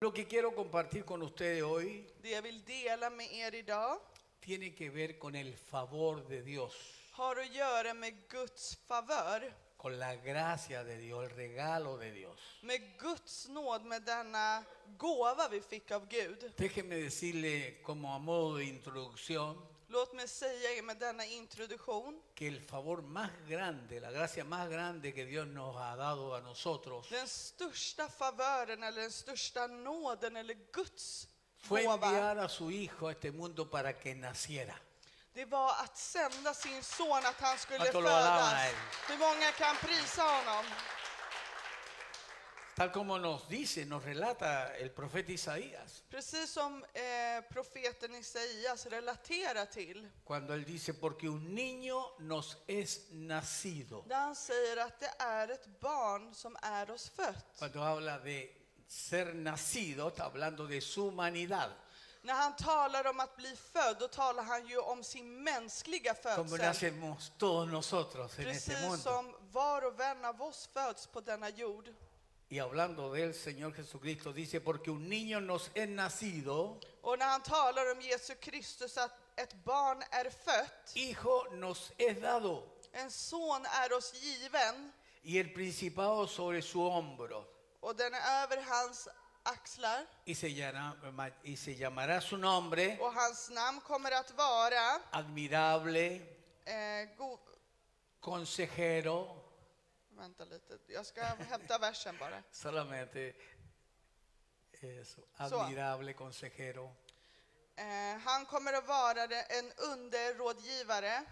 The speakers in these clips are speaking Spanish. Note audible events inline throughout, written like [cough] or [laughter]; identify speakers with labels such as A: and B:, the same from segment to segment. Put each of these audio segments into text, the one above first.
A: Lo que quiero compartir con ustedes hoy
B: Det jag vill dela med er idag
A: tiene que ver con el favor de Dios,
B: har att göra med Guds favör,
A: con la gracia de Dios, el regalo de Dios.
B: med Guds nåd, med denna gåva vi fick av Gud.
A: Déjenme decirle como a modo de introducción
B: Låt mig säga er med denna introduktion,
A: que el favor más grande, la gracia más grande que Dios nos ha dado a nosotros
B: den största favören eller den största nåden eller Guds
A: fue
B: gåva,
A: enviar a su Hijo a este mundo para que naciera.
B: det var att sända sin son, att han skulle
A: Att de lovade honom.
B: födas. Hur många kan prisa honom?
A: Tal como nos dice, nos relata el profeta Isaías,
B: Precis som eh, profeten Isaias relaterar till.
A: cuando él dice, porque un niño nos es nacido.
B: Där han säger att det är ett barn som är oss fött.
A: Cuando habla de ser nacido, está hablando de su humanidad.
B: När han talar om att bli född, då talar han ju om sin mänskliga
A: Como
B: födsel.
A: nacemos todos nosotros en este
B: Precis
A: mundo.
B: som var och en av oss föds på denna jord.
A: Y hablando del Señor Jesucristo, dice, porque un niño nos es nacido,
B: Och när han talar om Jesu Kristus, att ett barn är fött,
A: hijo nos es dado,
B: en son är oss given,
A: y el principado sobre su hombro,
B: och den är över hans axlar,
A: y se, llama- y se llamará su nombre,
B: och hans namn kommer att vara
A: admirable,
B: eh, go-
A: consejero,
B: Vänta lite, jag ska hämta versen bara.
A: solamente eso,
B: So-
A: admirable, consejero,
B: Eh, han kommer att vara det- en underrådgivare,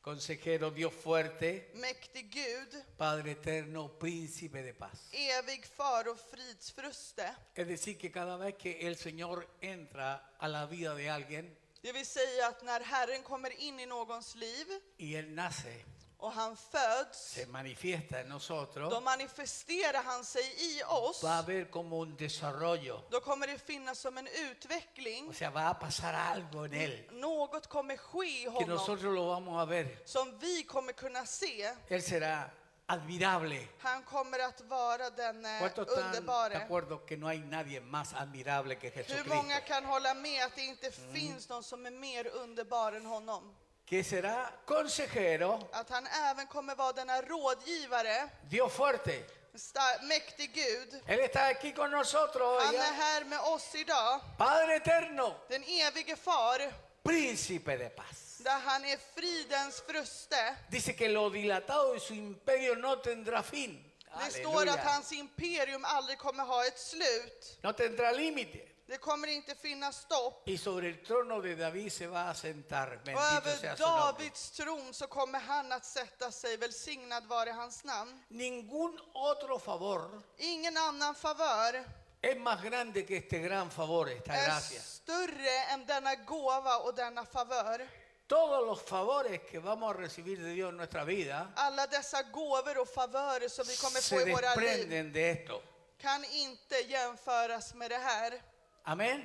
A: consejero, Dios fuerte,
B: mäktig Gud,
A: Padre eterno, príncipe de paz.
B: evig far och fridsfruste.
A: Es decir, que cada vez que el Señor entra a la vida de alguien
B: Det vill säga att när Herren kommer in i någons liv
A: y Él nace,
B: och han föds,
A: se manifiesta en
B: då
A: nosotros,
B: manifesterar han sig i oss.
A: va a haber como un desarrollo,
B: Då kommer det finnas som en
A: o
B: utveckling.
A: sea, va a pasar algo en Él.
B: Något kommer ske i
A: que
B: honom
A: nosotros lo vamos a ver.
B: som vi kommer kunna se.
A: Él será admirable.
B: Han kommer att vara den eh,
A: ¿Cuántos están de
B: underbare.
A: acuerdo que no hay nadie más admirable que
B: Hur många
A: Jesucristo?
B: kan hålla med att det inte finns någon som är mer underbar än honom?
A: Que será consejero,
B: Att han även kommer vara denna rådgivare,
A: Dios fuerte.
B: sta- mäktig Gud.
A: Él está aquí con nosotros.
B: Han är
A: ya.
B: här med oss idag,
A: Padre eterno,
B: den evige far,
A: príncipe de paz.
B: där han är fridens fruste.
A: Dice que lo dilatado de su imperio no tendrá fin.
B: Det står att
A: Aleluya.
B: hans imperium aldrig kommer ha ett slut.
A: No tendrá límite.
B: Det kommer inte finnas stopp.
A: Y sobre el trono de David se va a sentar.
B: Och
A: Bendito sea
B: över
A: su nombre.
B: Davids tron så kommer han att sätta sig, välsignad vare hans namn.
A: Ningún otro favor
B: Ingen annan favör
A: Es más grande que este gran favor, esta
B: är
A: gracia.
B: större än denna gåva och denna favör.
A: Todos los favores que vamos a recibir de Dios en nuestra vida
B: Alla dessa gåvor och favörer som vi kommer
A: se
B: få i våra liv
A: desprenden de esto.
B: kan inte jämföras med det här.
A: Amén.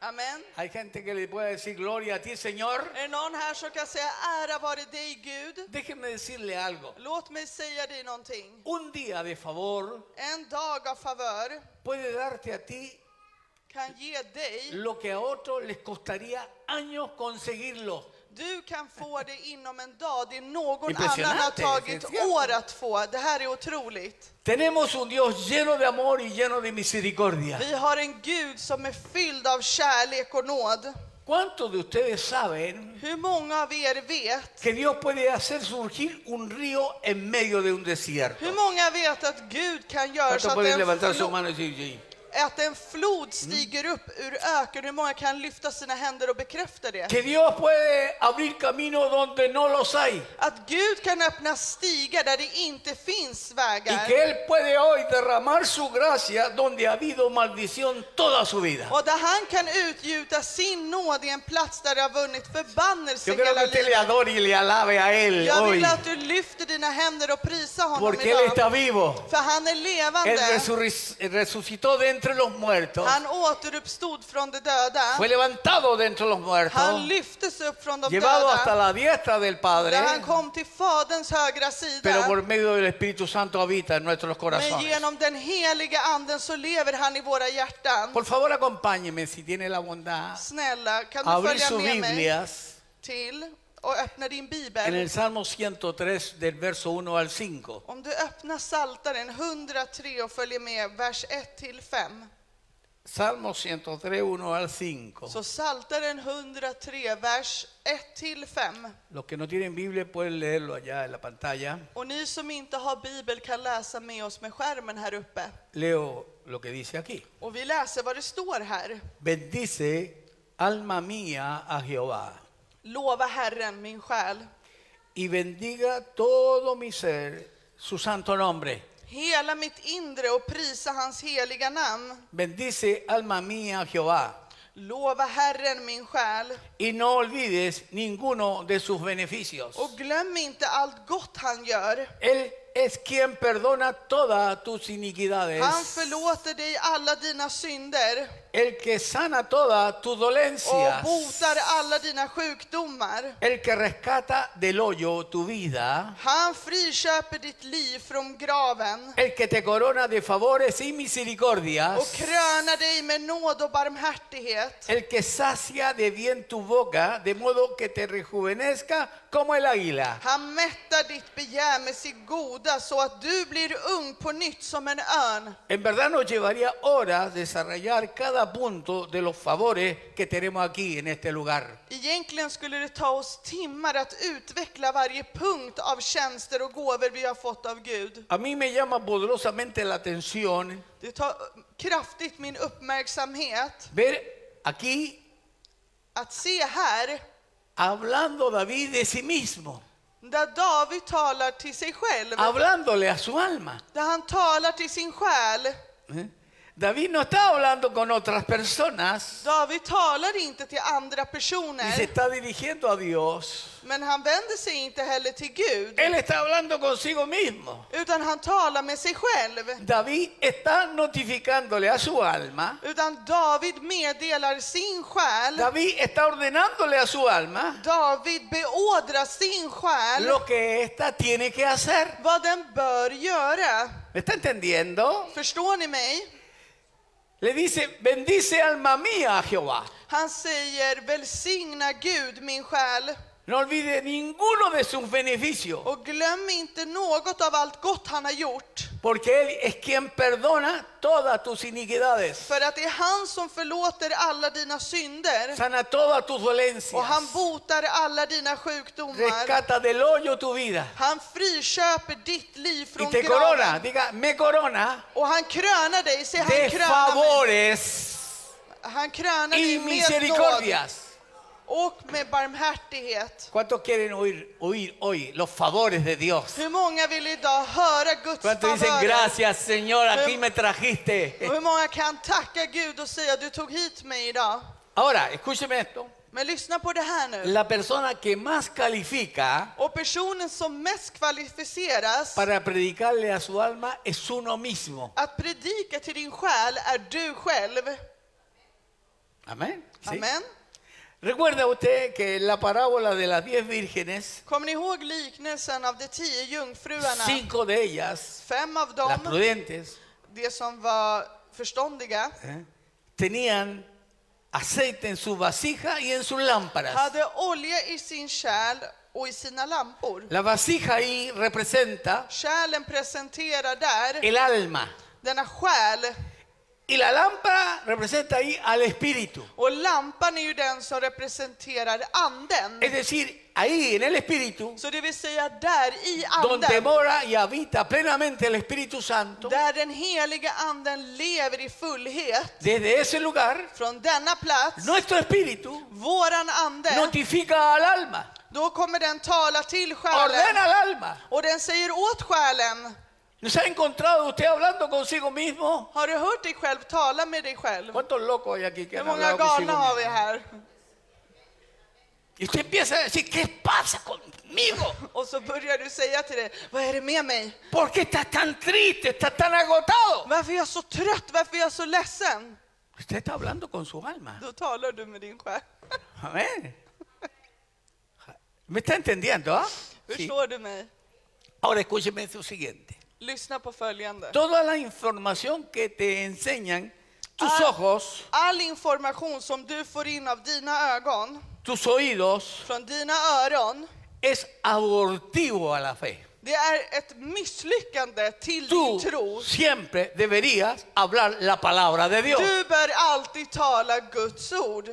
B: Amen.
A: Hay gente que le puede decir gloria a ti, Señor.
B: Är det någon här som kan säga ära vare dig Gud?
A: Déjenme decirle algo.
B: Låt mig säga dig någonting.
A: Un día de favor
B: En dag av favör
A: puede darte a ti
B: kan ge dig,
A: lo que a otros les costaría años conseguirlo.
B: du kan få det inom en dag, det någon annan
A: Impressionante,
B: har tagit
A: det är
B: år att få. Det här är otroligt.
A: Tenemos un Dios lleno de amor y lleno de misericordia.
B: Vi har en Gud som är fylld av kärlek och nåd.
A: ¿Cuántos de ustedes saben
B: Hur många av er vet?
A: que Dios puede hacer surgir un río en medio de un desierto.
B: Hur många vet att Gud kan göra så
A: ¿Cuántos
B: att
A: pueden
B: en,
A: levantar su
B: flo-
A: mano y decir, "Sí"?
B: att en flod stiger upp ur öken? Hur många kan lyfta sina händer och bekräfta det?
A: Que Dios puede abrir caminos donde no los hay.
B: Att Gud kan öppna stigar där det inte finns
A: Y
B: vägar.
A: que Él puede hoy derramar su gracia donde ha habido maldición toda su vida.
B: Och där han kan utgjuta sin nåd i en plats där det har vunnit förbannelse
A: Yo creo
B: hela
A: que usted le
B: livet.
A: adore y le alabe a Él
B: Jag
A: hoy.
B: vill att du lyfter dina händer och prisar honom
A: Porque Él
B: idag.
A: está vivo.
B: För han är
A: Él
B: levande.
A: resurri- resucitó de entre los muertos,
B: Han återuppstod från de döda.
A: fue levantado de entre los muertos,
B: Han lyftes upp från de
A: llevado hasta
B: döda.
A: la diestra del Padre,
B: Där han kom till Faderns högra
A: pero
B: sida.
A: por medio del Espíritu Santo habita en nuestros
B: Men
A: corazones.
B: genom den heliga anden så lever han i våra hjärtan.
A: Por favor, acompáñeme si tiene la bondad
B: Snälla,
A: a
B: kan du
A: abrir
B: följa
A: sus
B: med mig
A: Biblias
B: till och öppna din
A: en
B: bibel?
A: el Salmo 103 del verso 1 al 5.
B: Om du öppnar Saltaren 103 och följer med vers 1 till 5.
A: Salmo 103, 1 al 5.
B: Så Saltaren 103, vers 1 till 5.
A: Los que no tienen Biblia pueden leerlo allá en la pantalla.
B: Och ni som inte har bibel kan läsa med oss med skärmen här uppe.
A: Leo lo que dice aquí.
B: Och vi läser vad det står här.
A: Bendice, alma mía, a Jehová.
B: Lova Herren min själ.
A: Y bendiga todo mi ser su santo nombre.
B: Hela mitt inre och prisa hans heliga namn.
A: Bendice, alma mía, a Jehová.
B: Lova Herren min själ.
A: Y no olvides ninguno de sus beneficios.
B: Och glöm inte allt gott han gör.
A: Él es quien perdona todas tus iniquidades.
B: Han förlåter dig alla dina synder
A: El que sana todas tus
B: och
A: dolencias.
B: botar alla dina sjukdomar.
A: El que rescata del hoyo tu vida.
B: Han friköper ditt liv från graven
A: El que te corona de favores y
B: och
A: misericordias.
B: krönar dig med nåd och barmhärtighet.
A: El que sacia de bien tu boca, de modo que te rejuvenezca como el águila.
B: Han mättar ditt begär med sitt goda så att du blir ung på nytt som en örn.
A: En verdad nos llevaría horas desarrollar cada punto de los favores que tenemos aquí en este lugar.
B: Egentligen skulle det ta oss timmar att utveckla varje punkt av tjänster och gåvor vi har fått av Gud.
A: A mí me llama poderosamente la atención
B: Det tar kraftigt min uppmärksamhet
A: ver aquí
B: att se här
A: hablando David de sí mismo,
B: Där David talar till sig själv.
A: hablándole a su alma.
B: Där han talar till sin själ.
A: ¿Eh? David no está hablando con otras personas
B: David talar inte till andra
A: y se
B: personer.
A: está dirigiendo a Dios.
B: Men han vänder sig inte heller till Gud.
A: Él está hablando consigo mismo.
B: Utan han talar med sig själv.
A: David está notificándole a su alma.
B: Utan David meddelar sin själ.
A: David está ordenándole a su alma
B: David beordrar sin själ
A: lo que ésta tiene que hacer.
B: vad den bör göra.
A: ¿Me está entendiendo?
B: Förstår ni mig?
A: Le dice, bendice alma mía a Jehová.
B: Han säger välsigna Gud min själ
A: No olvide ninguno de sus beneficios.
B: och glöm inte något av allt gott han har gjort.
A: Porque Él es quien perdona todas tus iniquidades,
B: För att det är han som förlåter alla dina synder
A: sana todas tus dolencias,
B: och han botar alla dina sjukdomar.
A: rescata del hoyo tu vida
B: Han friköper ditt liv
A: y
B: från
A: te corona,
B: graven.
A: diga, me corona
B: Och han krönar dig, säg han
A: de
B: krönar mig.
A: favores
B: Han krönar
A: y
B: dig med nåd
A: misericordias.
B: och med barmhärtighet.
A: ¿Cuántos quieren oír, oír hoy los favores de Dios?
B: Hur många vill idag höra Guds
A: ¿Cuántos dicen
B: favörer?
A: gracias Señor, aquí me trajiste?
B: Och Hur många kan tacka Gud och säga du tog hit mig idag?
A: Ahora, escúcheme esto.
B: Men lyssna på det här nu.
A: La persona que más califica
B: Och personen som mest kvalificeras
A: para predicarle a su alma es uno mismo.
B: Att predika till din själ är du själv.
A: Amén. ¿Sí?
B: Amen.
A: Recuerda usted que en la parábola de las diez vírgenes,
B: Kommer ni ihåg liknelsen av de tio jungfruarna?
A: cinco de ellas,
B: Fem av
A: las
B: dem,
A: prudentes,
B: de som var förståndiga,
A: ¿eh? tenían aceite en su vasija y en sus lámparas.
B: hade olja i sin kärl och i sina lampor.
A: La vasija ahí representa
B: Kärlen presenterar där
A: el alma
B: denna själ
A: y la lámpara representa ahí al espíritu.
B: och lampan är ju den som representerar anden.
A: Es decir, ahí en el espíritu,
B: Så det vill säga där i
A: donde
B: anden,
A: mora y habita plenamente el Espíritu Santo,
B: där den heliga anden lever i fullhet.
A: desde ese lugar,
B: Från denna plats
A: nuestro espíritu
B: Våran ande,
A: notifica al alma,
B: då kommer den tala till själen
A: ordena al alma.
B: och den säger åt själen.
A: ¿No se ha encontrado usted hablando consigo mismo?
B: Har du hört dig själv tala med dig själv?
A: ¿Cuántos locos hay aquí que
B: Hur
A: han
B: många
A: hablado consigo
B: galna har vi
A: mismo?
B: här?
A: Y usted empieza a decir, ¿qué pasa conmigo?
B: Och så börjar du säga till dig, vad är det med mig?
A: ¿Por qué estás tan triste? ¿Estás tan agotado?
B: Varför är jag så trött? Varför är jag så ledsen?
A: Usted está hablando con su alma.
B: Då talar du med din själ.
A: Amén. ¿Me está entendiendo? ah? Sí.
B: Förstår du mig?
A: Ahora escúcheme lo siguiente.
B: Lyssna på följande.
A: Toda la información que te enseñan tus
B: Ah.
A: ojos,
B: All information som du får in av dina ögon,
A: tus oídos,
B: från dina öron,
A: es abortivo a la fe.
B: det är ett misslyckande till
A: Tú
B: din tro.
A: siempre deberías hablar la palabra de Dios.
B: Du bör alltid tala Guds ord.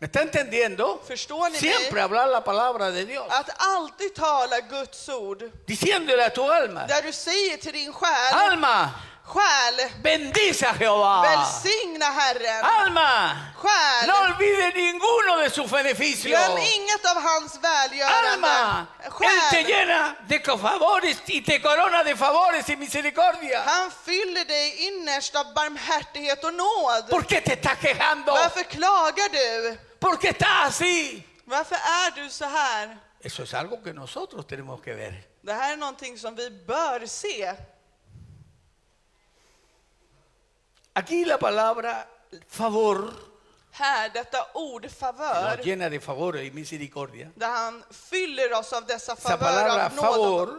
A: ¿Me está entendiendo?
B: Förstår ni
A: Siempre
B: mig?
A: hablar la palabra de Dios.
B: Att alltid tala Guds ord.
A: Diciéndole a tu alma,
B: Där du säger till din själ,
A: alma,
B: själ,
A: bendice a Jehová.
B: välsigna Herren.
A: Alma,
B: Själ,
A: no olvide ninguno de sus beneficios.
B: glöm inget av hans välgörande.
A: Alma, Él te
B: Själ,
A: llena de co- favores y te corona de favores y misericordia.
B: han fyller dig innerst av barmhärtighet och nåd.
A: ¿Por qué te estás quejando?
B: Varför klagar du?
A: ¿Por qué estás así?
B: Varför är du så här?
A: Eso es algo que nosotros tenemos que ver.
B: Det här är någonting som vi bör se.
A: Aquí la palabra favor
B: Här, detta ord
A: nos
B: favör,
A: llena de favores y misericordia.
B: där han fyller oss av dessa
A: Esa
B: favör
A: palabra
B: av nåd.
A: favor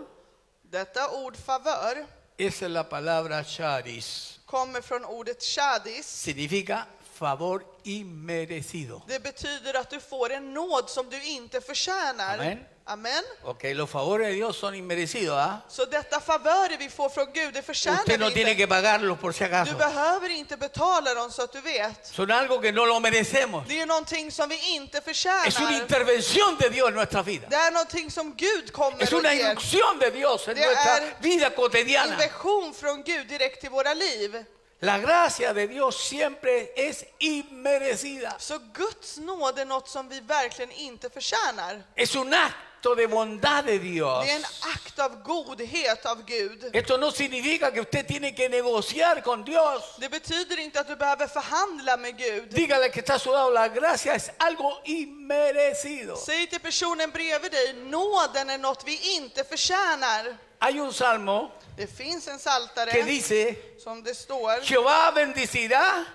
B: Detta ord favör
A: esa es la palabra charis.
B: kommer från ordet shadis.
A: Significa favor inmerecido.
B: Det betyder att du får en nåd som du inte förtjänar.
A: Amen.
B: Amen.
A: Ok, los favores de Dios son inmerecidos, ¿ah?
B: Så detta favörer vi får från Gud, det förtjänar
A: Usted no
B: vi
A: tiene
B: inte.
A: que pagarlos por si
B: Du
A: acaso.
B: behöver inte betala dem så att du vet.
A: Son algo que no lo merecemos.
B: Det är någonting som vi inte
A: Es una
B: förtjänar.
A: intervención de Dios en nuestra vida.
B: Det är någonting som Gud
A: Es
B: kommer och
A: una
B: ger.
A: inducción de Dios en
B: Det
A: nuestra
B: är
A: vida cotidiana.
B: inversion från Gud direkt till våra liv.
A: La gracia de Dios siempre es inmerecida.
B: Så Guds nåd är något som vi verkligen inte förtjänar.
A: Es un acto de bondad de Dios.
B: Det är en akt av godhet av Gud.
A: Esto no significa que usted tiene que negociar con Dios.
B: Det betyder inte att du behöver förhandla med Gud.
A: Dígale que está a su lado, la gracia es algo inmerecido.
B: Säg till personen bredvid dig, nåden är något vi inte förtjänar.
A: Hay un salmo
B: Det finns en
A: que
B: saltare
A: dice,
B: som det står,
A: Jehová bendecirá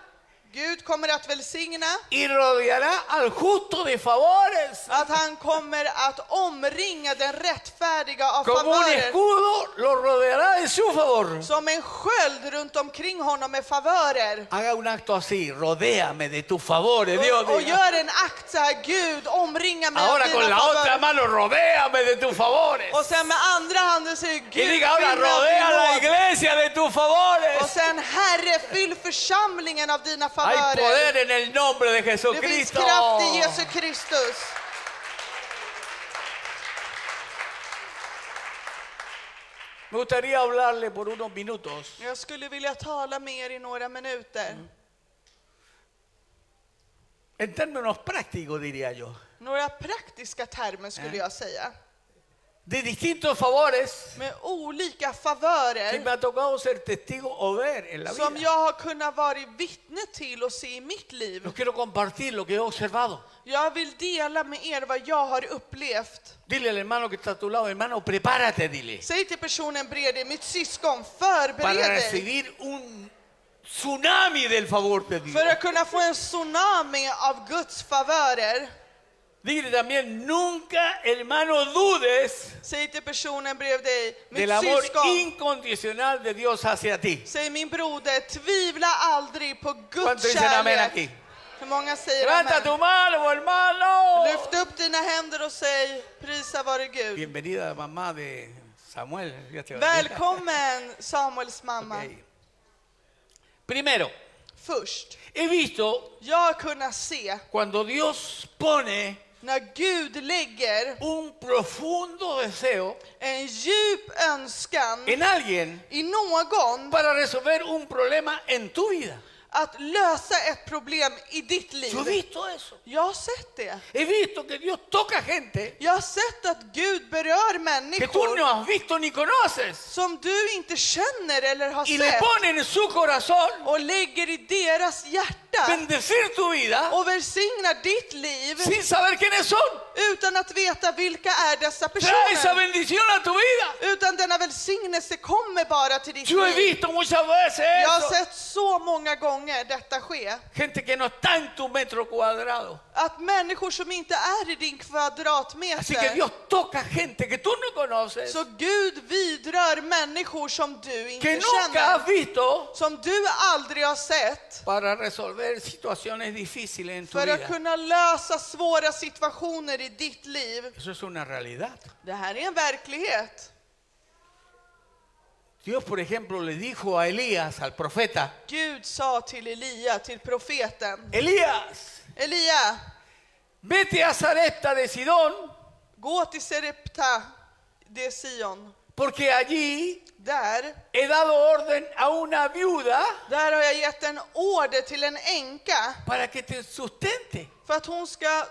B: Gud kommer att välsigna,
A: y rodeará al justo de favores.
B: att han kommer att omringa den rättfärdiga av
A: Como un
B: favörer.
A: escudo lo rodeará de su favor.
B: Som en sköld runt omkring honom med favörer.
A: Haga un acto así, rodéame de tus favores, Dios.
B: Och, och
A: diga.
B: gör en akt så här, Gud omringa mig av
A: Ahora
B: dina
A: con la otra
B: favörer.
A: mano, rodéame de tus favores.
B: Och sen med andra handen säger Gud
A: Y diga ahora,
B: fyll mig av din
A: rodea la
B: nåd."
A: iglesia de tus
B: Och
A: favores.
B: sen Herre, fyll församlingen av dina
A: Hay
B: favörer.
A: poder en el nombre de
B: Det finns
A: Jesucristo.
B: kraft i Jesu Kristus.
A: Me gustaría hablarle por unos minutos
B: Jag skulle vilja tala med er i några minuter.
A: en términos prácticos, diría yo,
B: Några praktiska termer
A: Eh.
B: skulle jag säga.
A: de distintos favores
B: Med
A: que
B: olika
A: me
B: favörer
A: ha tocado ser testigo o ver en la
B: som
A: vida.
B: jag har kunnat vara vittne till och se i mitt liv.
A: Los quiero compartir lo que he observado.
B: Jag vill dela med er vad jag har upplevt.
A: Dile al hermano que está a tu lado, hermano, prepárate, dile,
B: Säg till personen bredvid dig, mitt syskon, förbered
A: para
B: dig
A: recibir un tsunami del favor de Dios.
B: för att kunna få en tsunami av Guds favörer.
A: Dile también, nunca, hermano, dudes
B: Säg till personen bredvid dig,
A: del
B: mitt
A: amor
B: syskon,
A: incondicional de Dios hacia ti.
B: säg min broder, tvivla aldrig på
A: ¿Cuántos
B: Guds
A: dicen amén aquí?
B: kärlek. Hur många säger
A: Levanta
B: amen?
A: tu mano, hermano.
B: Lyft upp dina händer och säg, prisa vare Gud.
A: Bienvenida mamá de Samuel. Dios te bendiga.
B: Välkommen Samuels mamma.
A: Ok. Primero,
B: Först,
A: he visto
B: jag har kunnat se
A: cuando Dios pone
B: när Gud lägger
A: un profundo deseo
B: en djup önskan
A: en alguien
B: i någon
A: para resolver un problema en tu vida.
B: att lösa ett problem i ditt
A: Yo he
B: liv.
A: visto eso.
B: Jag har sett det.
A: He visto que Dios toca gente
B: Jag har sett att Gud berör
A: que tú no
B: människor
A: has visto ni conoces
B: som du inte känner eller har
A: y le
B: sett
A: pone en su corazón
B: och lägger i deras hjärta
A: bendecir tu vida
B: och välsignar ditt liv
A: sin saber quiénes son.
B: utan att veta vilka är dessa
A: Trae esa
B: personer.
A: bendición a tu vida.
B: Utan denna välsignelse kommer bara till ditt
A: Yo he
B: liv.
A: visto muchas veces
B: Jag
A: eso.
B: har sett så många gånger detta ske.
A: gente que no está en tu metro cuadrado.
B: Att människor som inte är i din
A: Así que
B: kvadratmeter.
A: Dios toca gente que tú no conoces,
B: Så Gud vidrör människor som du
A: que
B: inte
A: nunca
B: känner.
A: has visto
B: Som du aldrig har sett.
A: para resolver situaciones difíciles en tu
B: För att
A: vida.
B: kunna lösa svåra situationer i ditt liv.
A: Eso es una realidad.
B: Det här är en verklighet.
A: Dios, por ejemplo, le dijo a Elías, al profeta,
B: Gud sa till Elia, till profeten.
A: Elías,
B: Elia,
A: vete a Zarepta de Sidón,
B: gå till Serepta, det är Sion.
A: porque allí
B: Där
A: he dado orden a una viuda
B: Där har jag gett en order till en änka
A: para que te sustente.
B: för att hon ska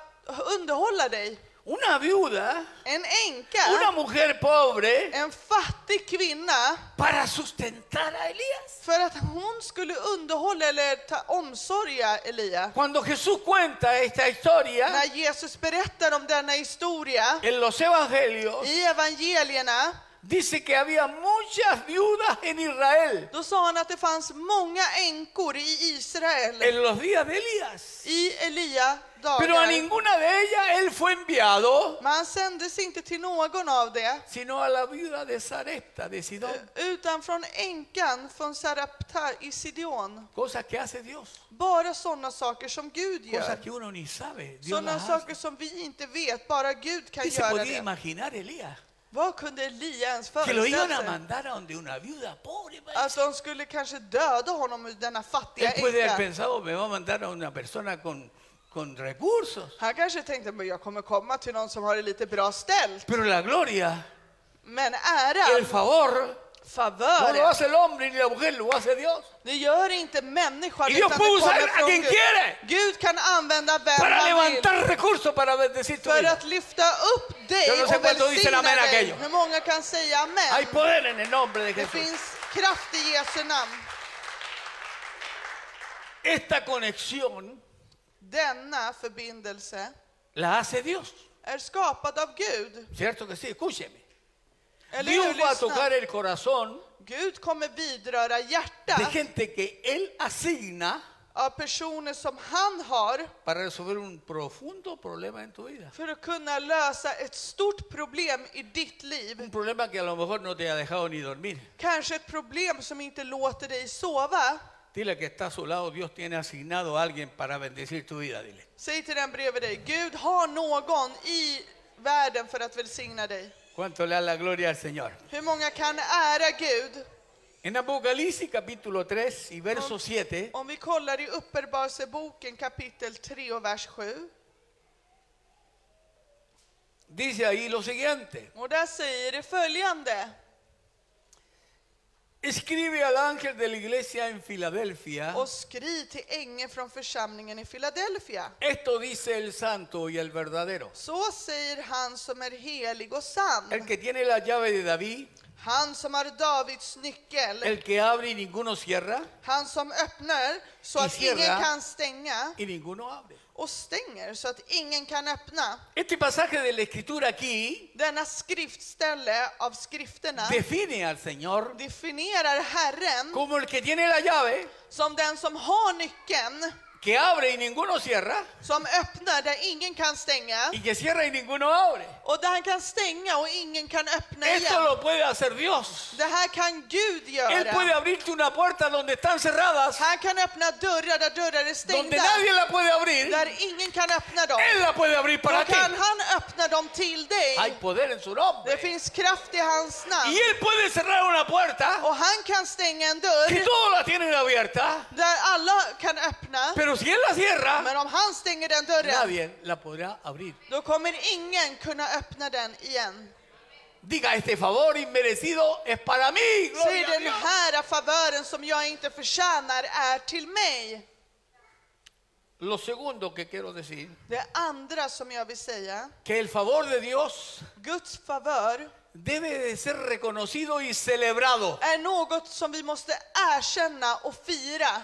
B: underhålla dig.
A: Una viuda,
B: En
A: una
B: änka,
A: mujer pobre,
B: en fattig kvinna,
A: para sustentar a Elías.
B: för att hon skulle underhålla eller ta omsorga Elia.
A: Cuando Jesús cuenta esta historia
B: När Jesus berättar om denna historia
A: en los evangelios,
B: i evangelierna,
A: dice que había muchas viudas en Israel
B: då sa han att det fanns många änkor i Israel
A: en los días de Elías.
B: i Elia
A: Pero a
B: dagar.
A: ninguna de ellas él fue enviado,
B: Men han sändes inte till någon av det,
A: sino a la viuda de Sarepta, de
B: Eh,
A: Sidón.
B: utan från änkan från Sarapta i Sidon.
A: Cosas que hace Dios,
B: Bara sådana saker som Gud
A: cosas
B: gör.
A: que uno ni sabe. Dios
B: Sådana
A: las hace.
B: saker som vi inte vet, bara Gud kan
A: ¿Qué se
B: göra
A: podía
B: det.
A: imaginar Elías?
B: Vad kunde Elia ens
A: Que lo iban
B: föreställa
A: a
B: sig?
A: mandar a donde una viuda pobre. parece.
B: Att Alltså, de skulle kanske döda honom ur denna fattiga
A: Él puede haber
B: änka.
A: pensado, me va a mandar a una persona con, con recursos.
B: Han kanske tänkte, men jag kommer komma till någon som har det lite bra ställt.
A: Pero la gloria,
B: Men
A: el
B: äran,
A: favor, no lo
B: favören,
A: hace el hombre ni la mujer, lo hace Dios.
B: det gör inte människan
A: Y Dios
B: utan det
A: puede
B: kommer
A: usar a
B: från
A: quien
B: Gud.
A: quiere.
B: Gud kan använda vem
A: Para
B: han vill
A: levantar recursos para bendecir tu
B: för
A: vida.
B: att lyfta upp
A: Yo
B: dig
A: no sé
B: och
A: cuánto dicen
B: välsigna
A: amen
B: dig.
A: aquello.
B: Hur många kan säga amen?
A: Hay poder en el nombre de
B: Det
A: Jesús.
B: finns kraft i Jesu namn.
A: Esta conexión
B: Denna förbindelse
A: la hace Dios.
B: är skapad av Gud.
A: ¿Cierto que sí? Escúcheme.
B: Eller hur?
A: Dios va a tocar
B: Lyssna.
A: el corazón
B: Gud kommer vidröra
A: de
B: hjärtat
A: gente que Él asigna
B: av personer som han har
A: para resolver un profundo problema en tu vida.
B: för att kunna lösa ett stort problem i ditt
A: Un
B: liv.
A: problema que a lo mejor no te ha dejado ni dormir.
B: Kanske ett problem som inte låter dig sova.
A: Dile que está a su lado, Dios tiene asignado a alguien para bendecir tu vida, dile.
B: Säg till den bredvid dig, Gud har någon i världen för att välsigna dig.
A: ¿Cuánto le da la gloria al Señor?
B: Hur många kan ära Gud?
A: En Apocalipsis capítulo 3 y verso 7,
B: Om vi kollar i Uppenbarelseboken kapitel 3 och vers 7.
A: dice ahí lo siguiente.
B: Och där säger det följande.
A: Escribe al ángel de la iglesia en Filadelfia.
B: Och skriv till ängeln från församlingen i Filadelfia.
A: Esto dice el santo y el verdadero.
B: Så säger han som är helig och
A: El
B: sann.
A: que tiene la llave de David,
B: Han som har Davids nyckel.
A: el que abre y ninguno cierra,
B: Han som öppnar så att
A: Hiciera.
B: ingen kan stänga.
A: y ninguno abre.
B: Och stänger så att ingen kan öppna.
A: Este pasaje de la escritura aquí
B: Denna skriftställe av skrifterna
A: define al Señor
B: definierar Herren
A: como el que tiene la llave,
B: som den som har nyckeln.
A: que abre y ninguno cierra,
B: Som öppnar där ingen kan stänga.
A: y que cierra y ninguno abre.
B: Och där han kan stänga och ingen kan öppna
A: Esto
B: igen.
A: lo puede hacer Dios.
B: Det här kan Gud
A: Él puede
B: göra.
A: abrirte una puerta donde están cerradas,
B: Han kan öppna dörrar där dörrar är
A: donde
B: stängda.
A: nadie la puede abrir.
B: Där ingen kan öppna dem.
A: Él la puede abrir
B: Då
A: para ti.
B: kan han öppna dem till
A: Hay
B: dig.
A: poder en su
B: Det
A: nombre.
B: finns kraft i hans
A: Y
B: namn.
A: Él puede cerrar una puerta
B: Och han kan stänga en
A: que
B: dörr
A: todos la tienen abierta,
B: där alla kan öppna.
A: pero si él la cierra,
B: Men om han stänger den dörren,
A: nadie la podrá abrir.
B: då kommer ingen kunna öppna den igen.
A: Diga, este favor inmerecido es para mí.
B: Säg
A: Gloria a
B: den
A: Dios.
B: här favören som jag inte förtjänar är till mig.
A: Lo segundo que quiero decir,
B: Det andra som jag vill säga,
A: que el favor de Dios
B: Guds favör
A: debe de ser reconocido y celebrado.
B: är något som vi måste erkänna och fira.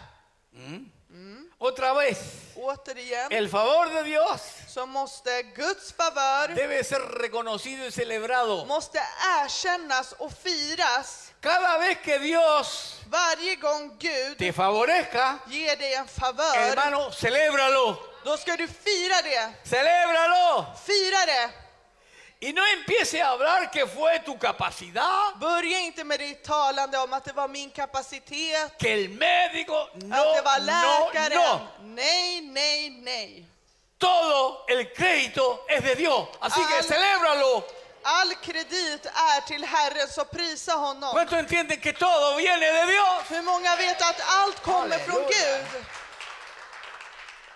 A: Otra vez,
B: Återigen
A: el favor de Dios
B: så måste Guds favör
A: debe ser reconocido y celebrado.
B: måste erkännas och firas
A: Cada vez que Dios
B: varje gång
A: te
B: Gud
A: favorezca,
B: ger dig en favör.
A: hermano, celébralo,
B: Då ska du fira det.
A: celébralo.
B: Fira det!
A: Y no empiece a hablar que fue tu capacidad,
B: Börja inte med ditt talande om att det var min kapacitet,
A: que el médico,
B: att
A: no,
B: det var
A: no,
B: läkaren.
A: no.
B: Nej, nej, nej.
A: Todo el crédito es de Dios, así que
B: Al-
A: celébralo.
B: All kredit är till Herren, så prisa honom.
A: ¿Cuánto entienden que todo viene de Dios?
B: Hur många vet att allt kommer från
A: Halleluja.
B: Gud?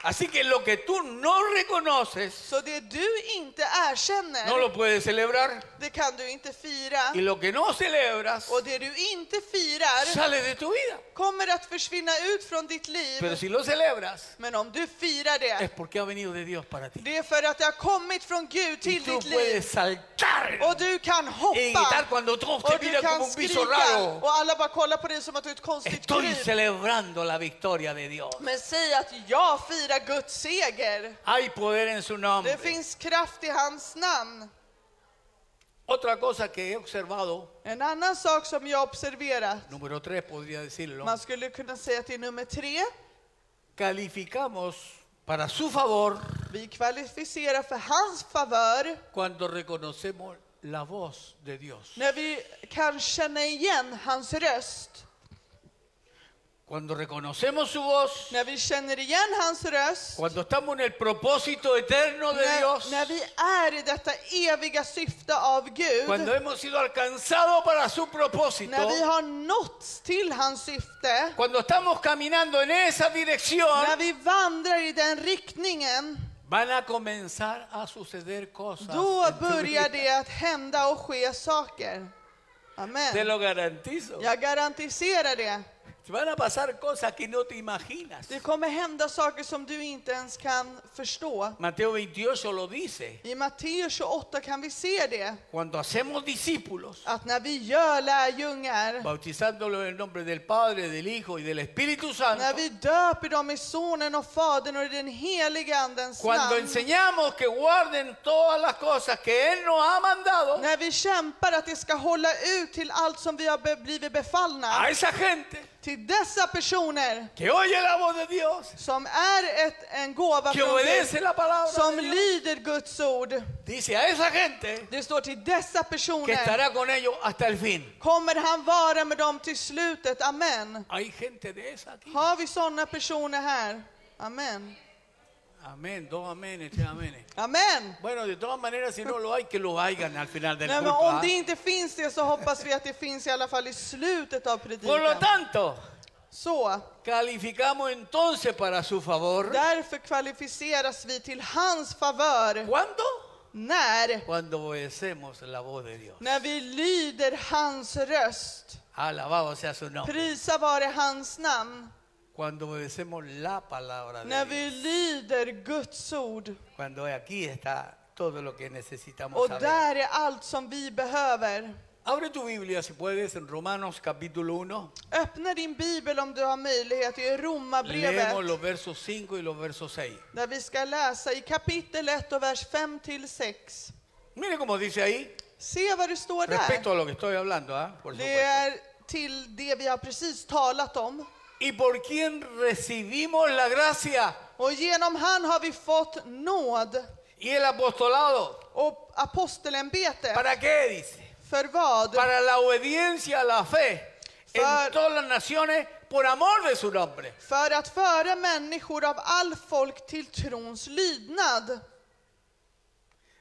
A: Así que lo que tú no reconoces,
B: Så det du inte
A: no
B: erkänner,
A: lo puedes celebrar.
B: det kan du inte fira.
A: Y lo que no celebras,
B: Och det du inte firar
A: sale de tu vida.
B: kommer att försvinna ut från ditt
A: Pero
B: liv.
A: si lo celebras,
B: Men om du firar det,
A: es porque ha venido de Dios para ti.
B: det är för att det har kommit från
A: Y
B: Gud till
A: tú
B: ditt
A: puedes
B: liv.
A: saltar
B: Och du kan
A: y
B: hoppa.
A: gritar cuando todos
B: Och
A: te
B: du
A: miran como
B: kan
A: un bicho
B: skrika
A: raro.
B: och alla bara kollar på dig som att du är ett konstigt
A: Estoy
B: kryp.
A: celebrando la victoria de Dios.
B: Men säg att jag firar Guds seger.
A: Hay poder en su nombre.
B: Det finns kraft i hans namn.
A: Otra cosa que he observado,
B: En annan sak som jag observerat,
A: número tres podría decirlo,
B: man skulle kunna säga till nummer tre,
A: calificamos para su favor
B: vi kvalificerar för hans favör
A: cuando reconocemos la voz de Dios.
B: när vi kan känna igen hans röst.
A: Cuando reconocemos su voz,
B: När vi känner igen hans röst,
A: cuando estamos en el propósito eterno de Dios,
B: när, när vi är i detta eviga syfte av Gud,
A: cuando hemos sido alcanzados para su propósito,
B: när vi har nåtts till hans syfte,
A: cuando estamos caminando en esa dirección,
B: När vi vandrar i den riktningen,
A: van a comenzar a suceder cosas.
B: då
A: en tu vida.
B: börjar det att hända och ske saker.
A: Te
B: Amen.
A: lo garantizo.
B: Jag garantiserar det.
A: Te Van a pasar cosas que no te imaginas.
B: Det kommer hända saker som du inte ens kan förstå.
A: Mateo 28 lo dice.
B: I Matteus 28 kan vi se det,
A: Cuando hacemos discípulos,
B: att när vi gör lärjungar,
A: bautizándolos en el nombre del Padre, del Hijo y del Espíritu
B: när
A: Santo,
B: vi döper dem i Sonen och Fadern och i den helige Andens
A: cuando
B: namn,
A: enseñamos que guarden todas las cosas que Él nos ha mandado,
B: när vi kämpar att det ska hålla ut till allt som vi har be- blivit befallna,
A: a esa gente
B: till dessa personer
A: que oye la voz de Dios,
B: som är ett, en gåva
A: que
B: från
A: obedece
B: Gud,
A: la palabra,
B: som
A: de Dios,
B: lyder Guds ord.
A: dice a esa gente
B: Det står till dessa
A: que
B: personer
A: estará con ellos hasta el fin.
B: kommer han vara med dem till slutet. Amen.
A: Hay gente de esa aquí.
B: Har vi sådana personer här? Amen.
A: Amén, dos amenes, tres amenes.
B: Amen.
A: Bueno, de todas maneras, si no lo hay, que lo hagan al final del
B: Nej, men
A: culto.
B: om
A: ¿ah?
B: det inte finns det så hoppas vi att det finns i alla fall i slutet av
A: Por lo
B: predikan.
A: tanto,
B: Så,
A: calificamos entonces para su favor.
B: därför kvalificeras vi till hans favör.
A: ¿Cuándo?
B: När?
A: Cuando obedecemos la voz de Dios.
B: När vi lyder hans röst.
A: Alabado sea su nombre.
B: Prisa vare hans namn.
A: Cuando obedecemos la palabra de
B: När
A: Dios.
B: vi lyder Guds ord
A: Cuando aquí está todo lo que necesitamos
B: och
A: saber.
B: där är allt som vi behöver.
A: Abre tu Biblia, si puedes, en Romanos capítulo 1.
B: Öppna din bibel om du har möjlighet i
A: Leemos
B: Romarbrevet
A: los versos 5 y los versos 6.
B: där vi ska läsa i kapitel 1 och vers 5 till 6.
A: Mire cómo dice ahí,
B: Se vad det står
A: respecto
B: där.
A: a lo que estoy hablando, ¿ah? por
B: Det
A: supuesto.
B: är till det vi har precis talat om.
A: ¿Y por quién recibimos la gracia
B: Och genom han har vi fått nåd
A: y el apostolado?
B: och apostelämbete.
A: ¿Para qué dice?
B: För vad?
A: Para la obediencia a la fe en
B: Para-
A: todas las naciones por amor de su nombre.
B: För att föra människor av all folk till trons lydnad.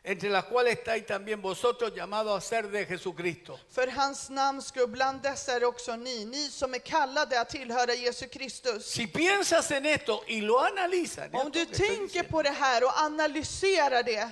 A: entre las cuales estáis también vosotros llamados a ser de Jesucristo.
B: För hans namns skull, bland dessa är också ni, ni som är kallade att tillhöra Jesu Kristus.
A: Si piensas en esto y lo analizas, en
B: Om
A: esto
B: du
A: que estoy
B: tänker
A: diciendo,
B: på det här och analyserar det,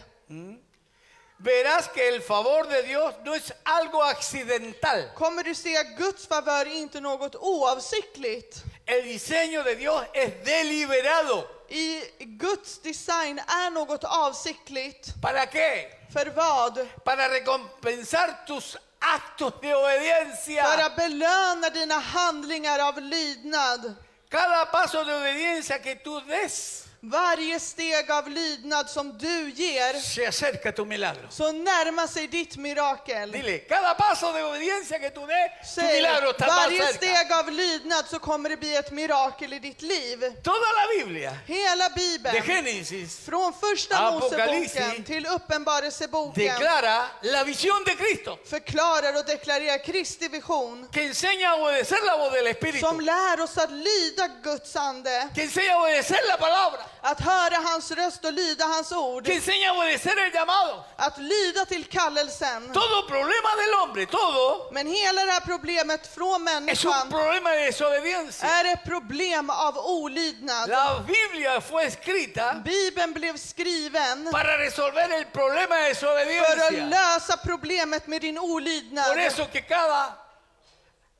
A: verás que el favor de Dios no es algo accidental.
B: kommer du se att Guds favör är inte något oavsiktligt.
A: El diseño de Dios es deliberado.
B: I Guds design är något avsiktligt.
A: ¿Para qué?
B: För vad?
A: Para recompensar tus actos de
B: För
A: obediencia.
B: att belöna dina handlingar av lydnad.
A: Cada paso de obediencia que tú des,
B: Varje steg av lydnad som du ger,
A: se acerca a tu milagro.
B: så närmar sig ditt mirakel.
A: Dile, cada paso de obediencia que tú des, tu
B: Säg,
A: milagro está más
B: varje
A: cerca.
B: steg av lydnad så kommer det bli ett mirakel i ditt liv.
A: Toda la Biblia,
B: Hela
A: de
B: Bibeln,
A: Génesis,
B: från första
A: Apocalipsis.
B: Moseboken till Uppenbarelseboken,
A: declara la visión de Cristo,
B: förklarar och deklarerar Kristi vision,
A: que enseña a obedecer la voz del
B: som
A: Espíritu,
B: lär oss att lyda Guds ande,
A: que enseña a obedecer la palabra,
B: att höra hans röst och lyda hans ord,
A: que enseña a obedecer el llamado.
B: att lyda till kallelsen.
A: Todo problema del hombre, todo,
B: Men hela det här problemet från
A: es un
B: människan
A: problema de desobediencia.
B: är ett problem av olydnad.
A: La Biblia fue escrita
B: Bibeln blev skriven
A: para resolver el problema de
B: för att
A: desobediencia.
B: lösa problemet med din olydnad.
A: Por eso que cada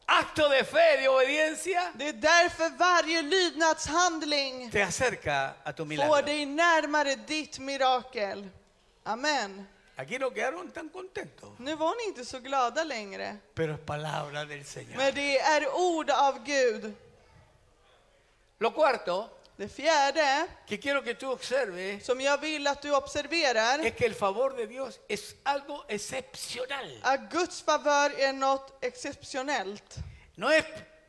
A: acto de fe, de obediencia,
B: Det är därför varje lydnadshandling
A: te acerca a tu
B: får
A: milagro.
B: dig närmare ditt mirakel. Amen.
A: Aquí no quedaron tan contentos,
B: Nu var ni inte så glada längre,
A: pero es palabra del Señor.
B: men det är ord av Gud.
A: Lo cuarto
B: Det fjärde
A: que quiero que tú observes
B: som jag vill att du observerar
A: es que el favor de Dios es algo excepcional.
B: att Guds favör är något exceptionellt.
A: No es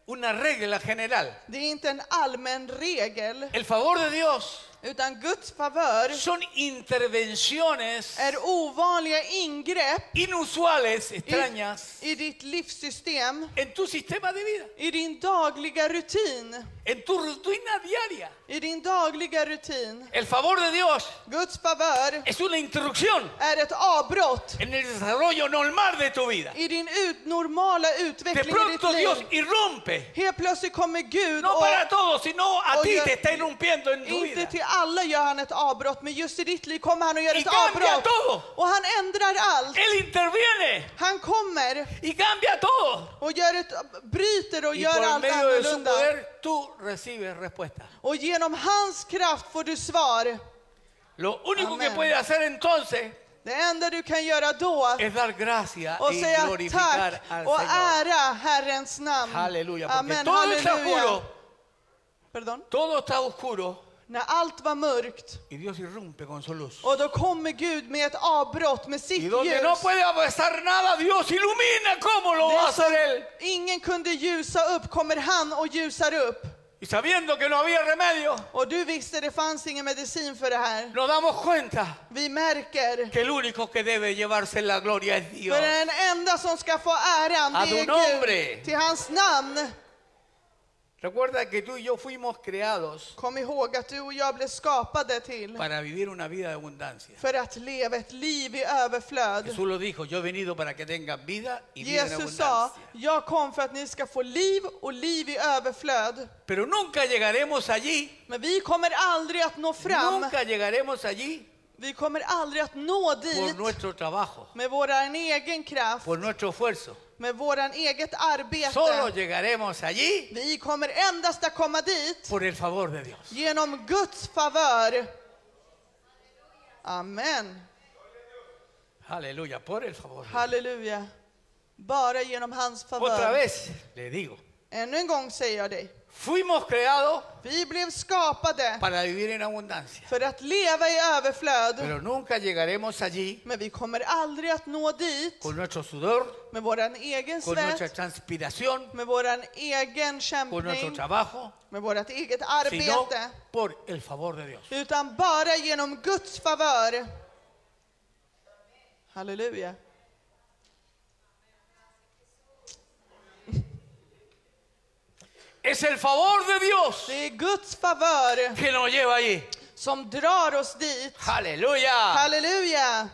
A: una regla general.
B: Det är inte en allmän regel,
A: El favor de Dios
B: utan Guds favör
A: son intervenciones
B: är ovanliga ingrepp
A: inusuales,
B: i,
A: extrañas,
B: i ditt livssystem,
A: en tu sistema de vida,
B: i din dagliga rutin.
A: en tu rutina diaria.
B: I din dagliga rutin.
A: El favor de Dios
B: Guds favör
A: es una interrupción
B: är ett avbrott
A: en el desarrollo normal de tu vida.
B: i din ut, normala
A: De
B: utveckling i ditt
A: pronto Dios
B: liv.
A: irrumpe,
B: Helt plötsligt kommer Gud
A: no
B: och
A: para todos, sino a ti
B: Oye,
A: te está irrumpiendo en tu
B: inte
A: vida.
B: till alla gör han ett avbrott, men just i ditt liv kommer han att göra
A: Y
B: ett
A: cambia
B: avbrott.
A: todo.
B: Och han ändrar allt.
A: Él interviene
B: Han kommer
A: y cambia todo.
B: och gör ett, bryter och
A: Y
B: gör
A: por
B: allt
A: medio de su
B: annorlunda.
A: poder tú recibes respuesta.
B: Och genom hans kraft får du svar.
A: Lo único que
B: Amén.
A: puede hacer entonces
B: Det enda du kan göra då
A: es dar gracia
B: och
A: y
B: säga
A: glorificar
B: tack
A: al
B: och
A: Señor.
B: ära Herrens namn.
A: Aleluya, porque
B: Amen,
A: todo está
B: halleluja.
A: oscuro,
B: Pardon?
A: todo está oscuro
B: När allt var mörkt
A: y Dios irrumpe con su luz.
B: och då kommer Gud med ett avbrott med sitt
A: Y
B: ljus.
A: donde no puede avanzar nada, Dios ilumina cómo lo va a
B: Det
A: hacer Él.
B: som ingen kunde ljusa upp kommer han och ljusar upp.
A: Y sabiendo que no había remedio,
B: Och du visste det fanns ingen medicin för det här.
A: nos damos cuenta
B: Vi märker.
A: que el único que debe llevarse la gloria es Dios.
B: För den enda som ska få äran
A: Ad
B: det
A: un
B: är
A: hombre.
B: Gud. Till hans namn.
A: Recuerda que tú y yo fuimos creados
B: Kom ihåg att du och jag blev skapade till
A: para vivir una vida de abundancia.
B: för att leva ett liv i överflöd.
A: Jesús lo dijo, yo he venido para que tengan vida y vida en
B: Jesus sa,
A: abundancia.
B: jag kom för att ni ska få liv och liv i överflöd.
A: Pero nunca llegaremos allí,
B: Men vi kommer aldrig att nå fram.
A: nunca llegaremos allí
B: Vi kommer aldrig att nå
A: por
B: dit
A: nuestro trabajo,
B: med vår egen kraft,
A: por nuestro esfuerzo.
B: med vårt eget
A: Solo
B: arbete.
A: llegaremos allí
B: Vi kommer endast att komma dit
A: por el favor de Dios.
B: genom Guds favör. Amen.
A: Aleluya, por el favor. de Dios.
B: Halleluja. Bara genom hans
A: Otra
B: favör.
A: vez le digo,
B: Ännu en gång säger jag dig.
A: fuimos creados
B: Vi blev skapade
A: para vivir en abundancia.
B: för att leva i överflöd.
A: Pero nunca llegaremos allí
B: Men vi kommer aldrig att nå dit
A: con nuestro sudor,
B: med våran egen
A: con nuestra
B: svett,
A: transpiración,
B: med våran egen
A: con nuestro
B: kämpning,
A: trabajo,
B: med vårt eget
A: sino
B: arbete,
A: por el favor de Dios.
B: utan bara genom Guds favör. Halleluja.
A: Es el favor de Dios
B: Det är Guds favör
A: que nos lleva allí.
B: som drar oss dit.
A: Aleluya.
B: Halleluja.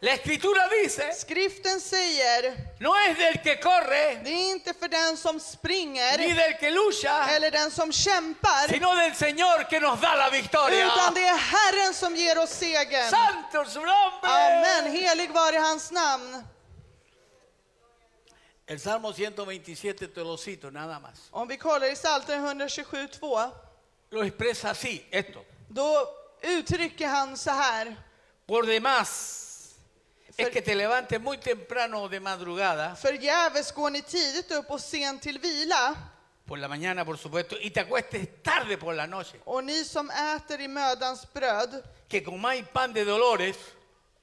A: La escritura dice,
B: Skriften säger,
A: no es del que corre
B: det är inte för den som
A: ni
B: springer
A: del que lucha,
B: eller den som kämpar,
A: sino del Señor que nos da la victoria.
B: utan det är Herren som ger oss segern.
A: Santo es su nombre.
B: Amen, helig vare hans namn.
A: El Salmo 127 te lo cito nada más.
B: Om vi kollar i Psaltaren 127.2,
A: Lo expresa así, esto.
B: då uttrycker han så här.
A: Por demás, es
B: För-
A: que te levantes muy temprano o de madrugada,
B: Förgäves går ni tidigt upp och sent till vila,
A: por la mañana por supuesto, y te acuestes tarde por la noche,
B: och ni som äter i mödans bröd,
A: que comáis pan de dolores,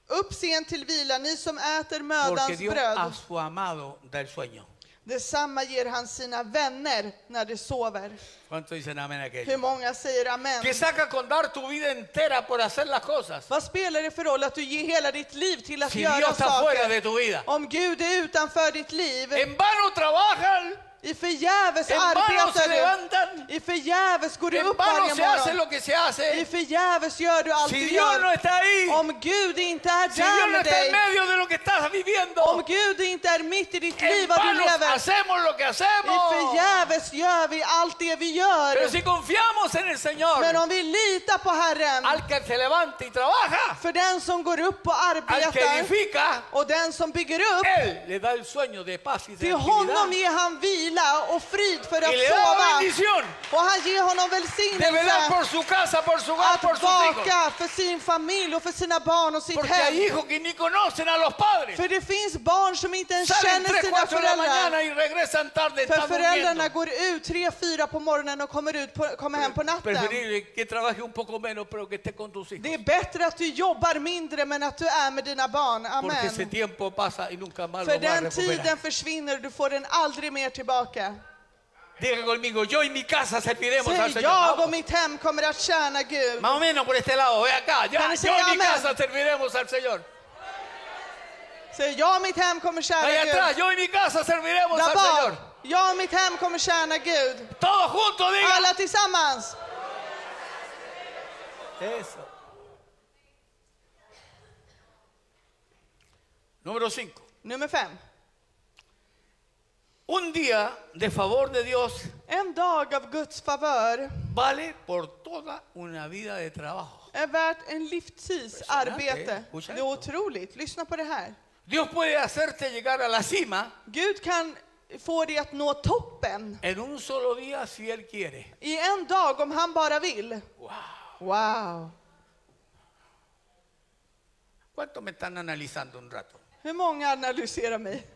B: upp sent till vila, ni som äter
A: porque
B: mödans
A: Dios a
B: bröd.
A: su amado da el sueño.
B: Detsamma ger han sina vänner när de sover.
A: ¿Cuánto dicen amén a
B: Hur
A: aquello?
B: många säger amen?
A: Que saca con dar tu vida entera por hacer las cosas,
B: Vad spelar det för roll att du ger hela ditt liv till att
A: si Dios
B: göra
A: está fuera de
B: saker?
A: tu vida.
B: Om Gud är utanför ditt liv,
A: En vano trabajan,
B: i förgäves
A: en vano se
B: arbetar du,
A: levantan,
B: i förgäves går du
A: en
B: upp
A: vano
B: varje
A: se hace
B: morgon,
A: lo que se
B: i
A: hace.
B: förgäves gör du allt
A: Si
B: du
A: Dios no
B: gör.
A: está ahí,
B: Om Gud inte är
A: Si Dios
B: där
A: no
B: med
A: está en
B: dig,
A: medio de lo que estás
B: om
A: viviendo,
B: Gud inte är mitt i ditt
A: en
B: liv vad du
A: vano
B: lever,
A: hacemos lo que
B: i
A: hacemos.
B: förgäves gör vi allt det vi
A: Pero
B: gör.
A: si confiamos en el Señor,
B: Men om vi litar på Herren,
A: al que se levanta y trabaja,
B: För den som går upp och
A: al que
B: arbetar
A: edifica,
B: och den som bygger upp,
A: Él le da el sueño de paz y
B: till
A: tranquilidad
B: honom ger han vila och frid för att
A: y le da la
B: sova.
A: bendición
B: Och han ger honom
A: de velar
B: välsignelse
A: por su casa, por su hogar,
B: att
A: por sus hijos.
B: vaka för sin familj och för sina barn och sitt
A: Porque hay
B: hem.
A: hijos que ni conocen a los padres.
B: För det finns barn som inte ens
A: Salen
B: känner
A: 3,
B: sina
A: 4 de la mañana
B: föräldrar.
A: y regresan tarde,
B: För
A: están
B: föräldrarna
A: durmiendo.
B: går ut tre, fyra på morgonen och kommer, ut på, kommer hem på natten.
A: Preferible que trabaje un poco menos, pero que esté con tus hijos.
B: Det är bättre att du jobbar mindre men att du är med dina barn.
A: Porque ese
B: Amen.
A: tiempo pasa y nunca más
B: För
A: lo vas a
B: den
A: recuperar.
B: tiden försvinner, du får den aldrig mer tillbaka.
A: Diga conmigo, yo y mi casa serviremos al
B: Säg,
A: Señor.
B: jag och
A: Vamos.
B: mitt hem kommer att tjäna Gud.
A: Más o menos por este lado, ve acá. Ya,
B: Kan ni
A: yo
B: säga
A: y mi
B: amen?
A: casa serviremos al Señor.
B: Säg, jag och mitt hem kommer tjäna
A: Ahí atrás,
B: Gud.
A: yo y mi casa serviremos
B: Där
A: al
B: bak,
A: Señor.
B: jag och mitt hem kommer tjäna Gud.
A: Todos juntos, digan.
B: Alla tillsammans.
A: Eso. Número 5.
B: Nummer fem.
A: Un día de favor de Dios
B: En dag av Guds favör
A: vale por toda una vida de trabajo.
B: är värt en livstids arbete. Det
A: Fortsätt
B: är
A: då.
B: otroligt. Lyssna på det här.
A: Dios puede hacerte llegar a la cima
B: Gud kan få dig att nå toppen
A: en un solo día si Él quiere.
B: i en dag om han bara vill.
A: Wow.
B: Wow.
A: ¿Cuánto me están analizando un rato?
B: Hur många analyserar mig?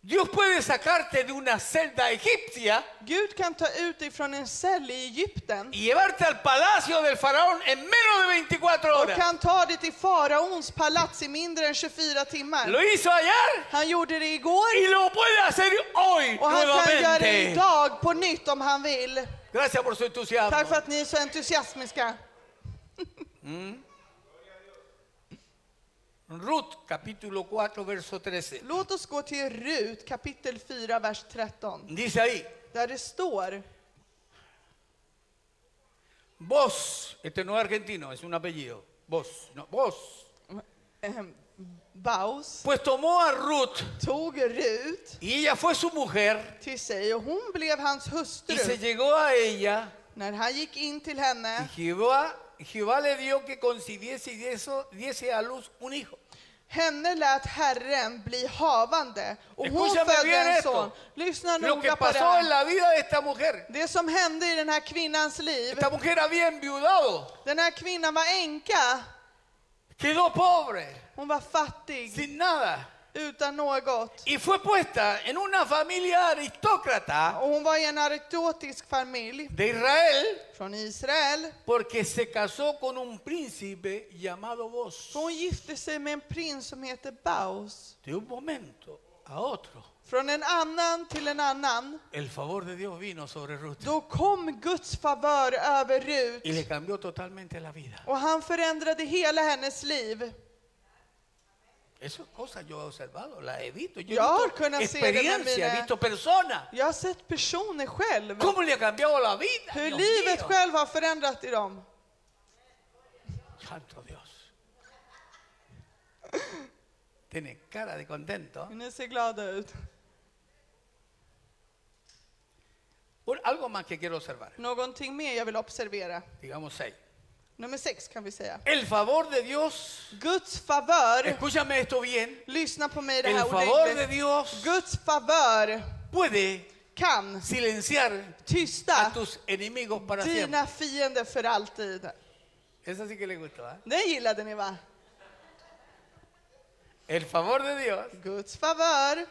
A: Dios puede sacarte de una celda egipcia
B: Gud kan ta ut dig från en cell i Egypten
A: y llevarte al palacio del faraón en menos de 24
B: och
A: horas.
B: kan ta dig till faraons palats i mindre än 24 timmar.
A: Lo hizo ayer
B: Han gjorde det igår
A: y lo puede hacer hoy
B: och han kan göra det
A: nuevamente.
B: idag på nytt om han vill.
A: Gracias por su entusiasmo.
B: Tack för att ni är så entusiasmiska.
A: Ruth capítulo 4 verso 13.
B: Låt oss gå till Rut kapitel 4, vers 13.
A: Dice ahí,
B: Där det står,
A: vos, este no es argentino, es un apellido, vos, no, vos.
B: ehm, Baus
A: Pues tomó a Ruth
B: tog Rut
A: y ella fue su mujer
B: till sig och hon blev hans
A: y se
B: hustru.
A: llegó a ella
B: När han gick in till
A: Y
B: henne
A: Jehová, Jehová le dio que concibiese y diese- diese a luz un hijo.
B: Henne lät Herren bli havande och hon
A: Escúchame
B: födde
A: bien
B: en
A: esto.
B: son. Lyssna
A: Lo que
B: noga på det
A: pasó en
B: här.
A: la vida de esta mujer.
B: Det som hände i den här kvinnans liv.
A: Esta mujer había enviudado,
B: Den här kvinnan var änka.
A: quedó pobre,
B: Hon var fattig,
A: sin nada.
B: utan något.
A: Y fue puesta en una familia aristócrata
B: Och hon var i en aristokratisk familj
A: de Israel
B: från Israel.
A: porque se casó con un príncipe llamado Vos.
B: Så hon gifte sig med en prins som heter Baus.
A: De un momento a otro,
B: Från en annan till en annan.
A: el favor de Dios vino sobre Ruth
B: Då kom Guds favör över
A: y le
B: Rut.
A: cambió totalmente la vida.
B: Och han förändrade hela hennes liv.
A: Esas cosas yo he observado, las he visto. Yo he
B: Ja,
A: visto
B: kunna se det med
A: experiencia,
B: mina-
A: he visto personas.
B: Jag har sett personer själv.
A: ¿Cómo le ha cambiado la vida?
B: Hur
A: Dios
B: livet
A: mío.
B: själv har förändrat i dem.
A: Santo Dios. Tiene cara de contento.
B: Ni ser glada ut.
A: Un- algo más que quiero observar.
B: Någonting mer jag vill observera.
A: Digamos seis.
B: Nummer sex kan vi säga.
A: El favor de Dios,
B: Guds favör,
A: escúchame esto bien,
B: lyssna på mig det
A: el
B: här
A: favor de
B: ordentligt.
A: Dios
B: Guds favör
A: puede
B: kan
A: silenciar a
B: tysta
A: tus enemigos para siempre.
B: dina fiender för alltid.
A: Eso sí que le gustó. ¿eh?
B: Det gillade ni va?
A: El favor de Dios
B: Guds favör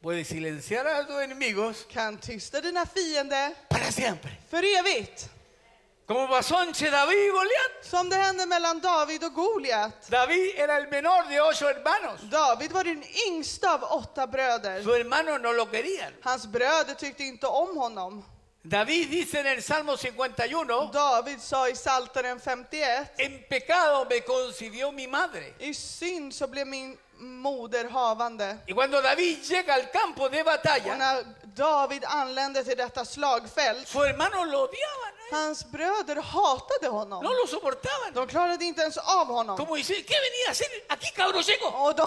A: puede silenciar a tus enemigos
B: kan tysta dina fiender
A: para siempre.
B: för evigt.
A: Como pasó entre David y Goliat.
B: Som det hände mellan David och Goliat.
A: David era el menor de ocho hermanos.
B: David var den yngsta av åtta bröder.
A: Sus hermanos no lo querían.
B: Hans bröder tyckte inte om honom.
A: David dice en el Salmo 51,
B: David sa i Psaltaren 51,
A: en pecado me concibió mi madre.
B: i synd så blev min moder havande.
A: Y cuando David llega al campo de
B: Och
A: batalla,
B: när David anlände till detta slagfält,
A: sus hermanos lo odiaban, ¿eh?
B: hans bröder hatade
A: no
B: honom.
A: lo soportaban.
B: De klarade inte ens av honom.
A: Como dice, ¿qué venía a hacer aquí, cabro seco?
B: Och de,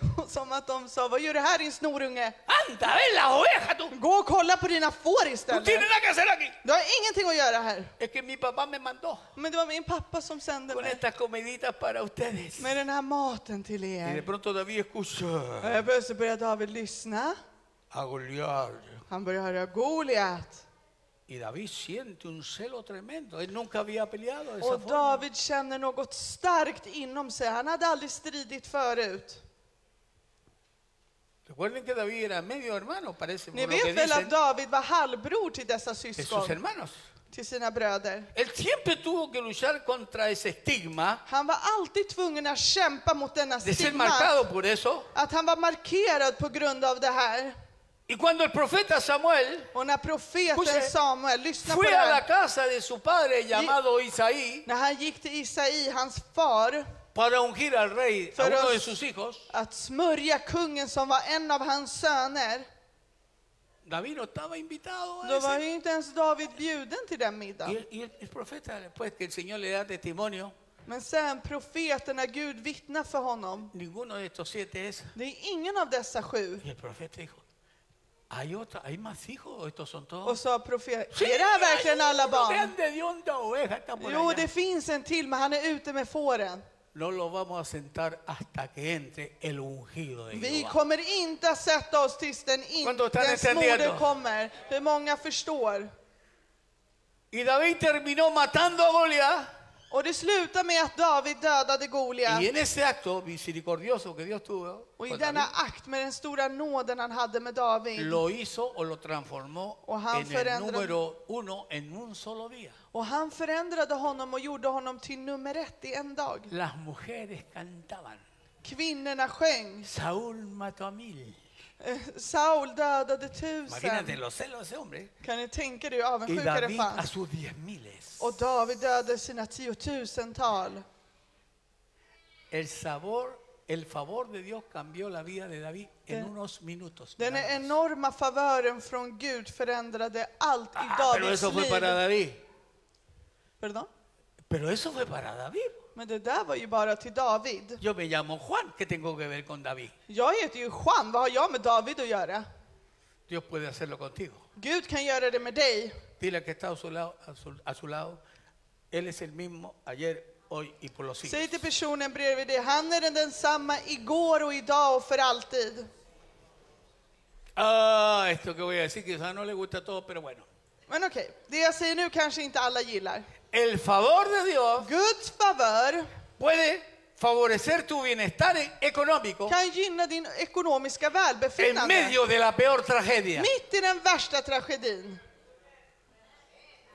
B: [laughs] och som att de sa, vad gör du här din snorunge?
A: Anda, a ver las ovejas tú.
B: Gå och kolla på dina får
A: No
B: istället.
A: tienes nada que hacer aquí.
B: Du har ingenting att göra här.
A: Es que mi papá me mandó
B: Men det var min pappa som sände
A: con
B: mig
A: estas comiditas para ustedes.
B: med den här maten till
A: Y de
B: er.
A: pronto David escucha
B: Och jag plötsligt började David lyssna.
A: a Goliat.
B: Han började höra Goliat.
A: Y David siente un celo tremendo. Él nunca había peleado de esa
B: Och
A: forma.
B: Oh, David känner något starkt inom sig. Han hade aldrig stridit förut.
A: Recuerden que David era medio hermano, parece, por
B: Ni
A: lo que
B: vet väl
A: dicen
B: att David var halvbror till dessa
A: de sus
B: syskon,
A: hermanos.
B: till sina bröder.
A: Él siempre tuvo que luchar contra ese estigma
B: Han var alltid tvungen att kämpa mot denna
A: de ser
B: stigma.
A: marcado por eso.
B: Att han var markerad på grund av det här.
A: Y cuando el profeta Samuel
B: Och när profeten
A: Pusse,
B: Samuel, lyssna på det
A: fue a la
B: här.
A: casa de su padre llamado Isaí
B: När han gick till Isai, hans far,
A: para ungir al rey, a
B: Pero-
A: uno de sus hijos,
B: att smörja kungen som var en av hans söner.
A: David no estaba invitado a
B: Då var
A: ese.
B: ju inte ens David bjuden till den
A: Y
B: middagen.
A: el, y el- el profeta, después que el Señor le da testimonio,
B: Men sen profeterna, Gud vittnar för honom.
A: ninguno de estos siete es.
B: Det är ingen av dessa sju.
A: Y el profeta dijo, hay otra, hay más hijos, o estos son todos.
B: Och sa profeten,
A: Sí,
B: är det här
A: hay
B: verkligen alla
A: uno
B: barn?
A: grande de onda oveja, está por
B: Jo,
A: allá.
B: det finns en till, men han är ute med fåren.
A: No lo vamos a sentar hasta que entre el ungido de
B: Vi
A: Jehová.
B: kommer inte att sätta oss tills den, in,
A: Cuando están
B: dens
A: entendiendo.
B: moder kommer. Hur många förstår?
A: Y David terminó matando a Goliat.
B: Och det slutar med att David dödade Goliat.
A: Y en ese acto misericordioso que Dios tuvo,
B: Och i
A: con
B: denna
A: David,
B: akt med den stora nåden han hade med David.
A: lo hizo o lo transformó
B: O han
A: en el
B: förändrat-
A: número uno en un solo día.
B: Och han förändrade honom och gjorde honom till nummer ett i en dag.
A: Las mujeres cantaban.
B: Kvinnorna sjöng.
A: Saúl mató a mil.
B: Eh, Saul dödade
A: Imagínate
B: tusen.
A: los celos de ese hombre.
B: Kan ni tänka er hur
A: Y
B: avundsjuka det
A: David a
B: fanns?
A: sus diez miles.
B: Och David dödade sina tiotusental.
A: El sabor, el favor de Dios cambió la vida de David en
B: Den-
A: unos minutos.
B: Den
A: nada más.
B: enorma favören från Gud förändrade allt i
A: Ah, pero
B: Davids
A: eso fue para
B: liv.
A: David.
B: Pardon?
A: Pero eso fue para David.
B: Men det där var ju bara till David.
A: Yo me llamo Juan, ¿qué tengo que ver con David?
B: Jag heter ju Juan, vad har jag med David att göra?
A: Dios puede hacerlo contigo.
B: Gud kan göra det med dig.
A: Dile al que está a su lado, a su, a su lado, él es el mismo ayer, hoy y por los siglos.
B: Säg till personen bredvid dig, han är den densamma igår och idag och för alltid.
A: Ah, esto que voy a decir quizás no le gusta a todos, pero bueno.
B: Men okej, det jag säger nu kanske inte alla gillar.
A: El favor de Dios
B: Guds favör
A: puede favorecer tu bienestar e- económico
B: kan gynna din ekonomiska
A: en
B: välbefinnande.
A: medio de la peor tragedia.
B: Mitt i den värsta tragedin.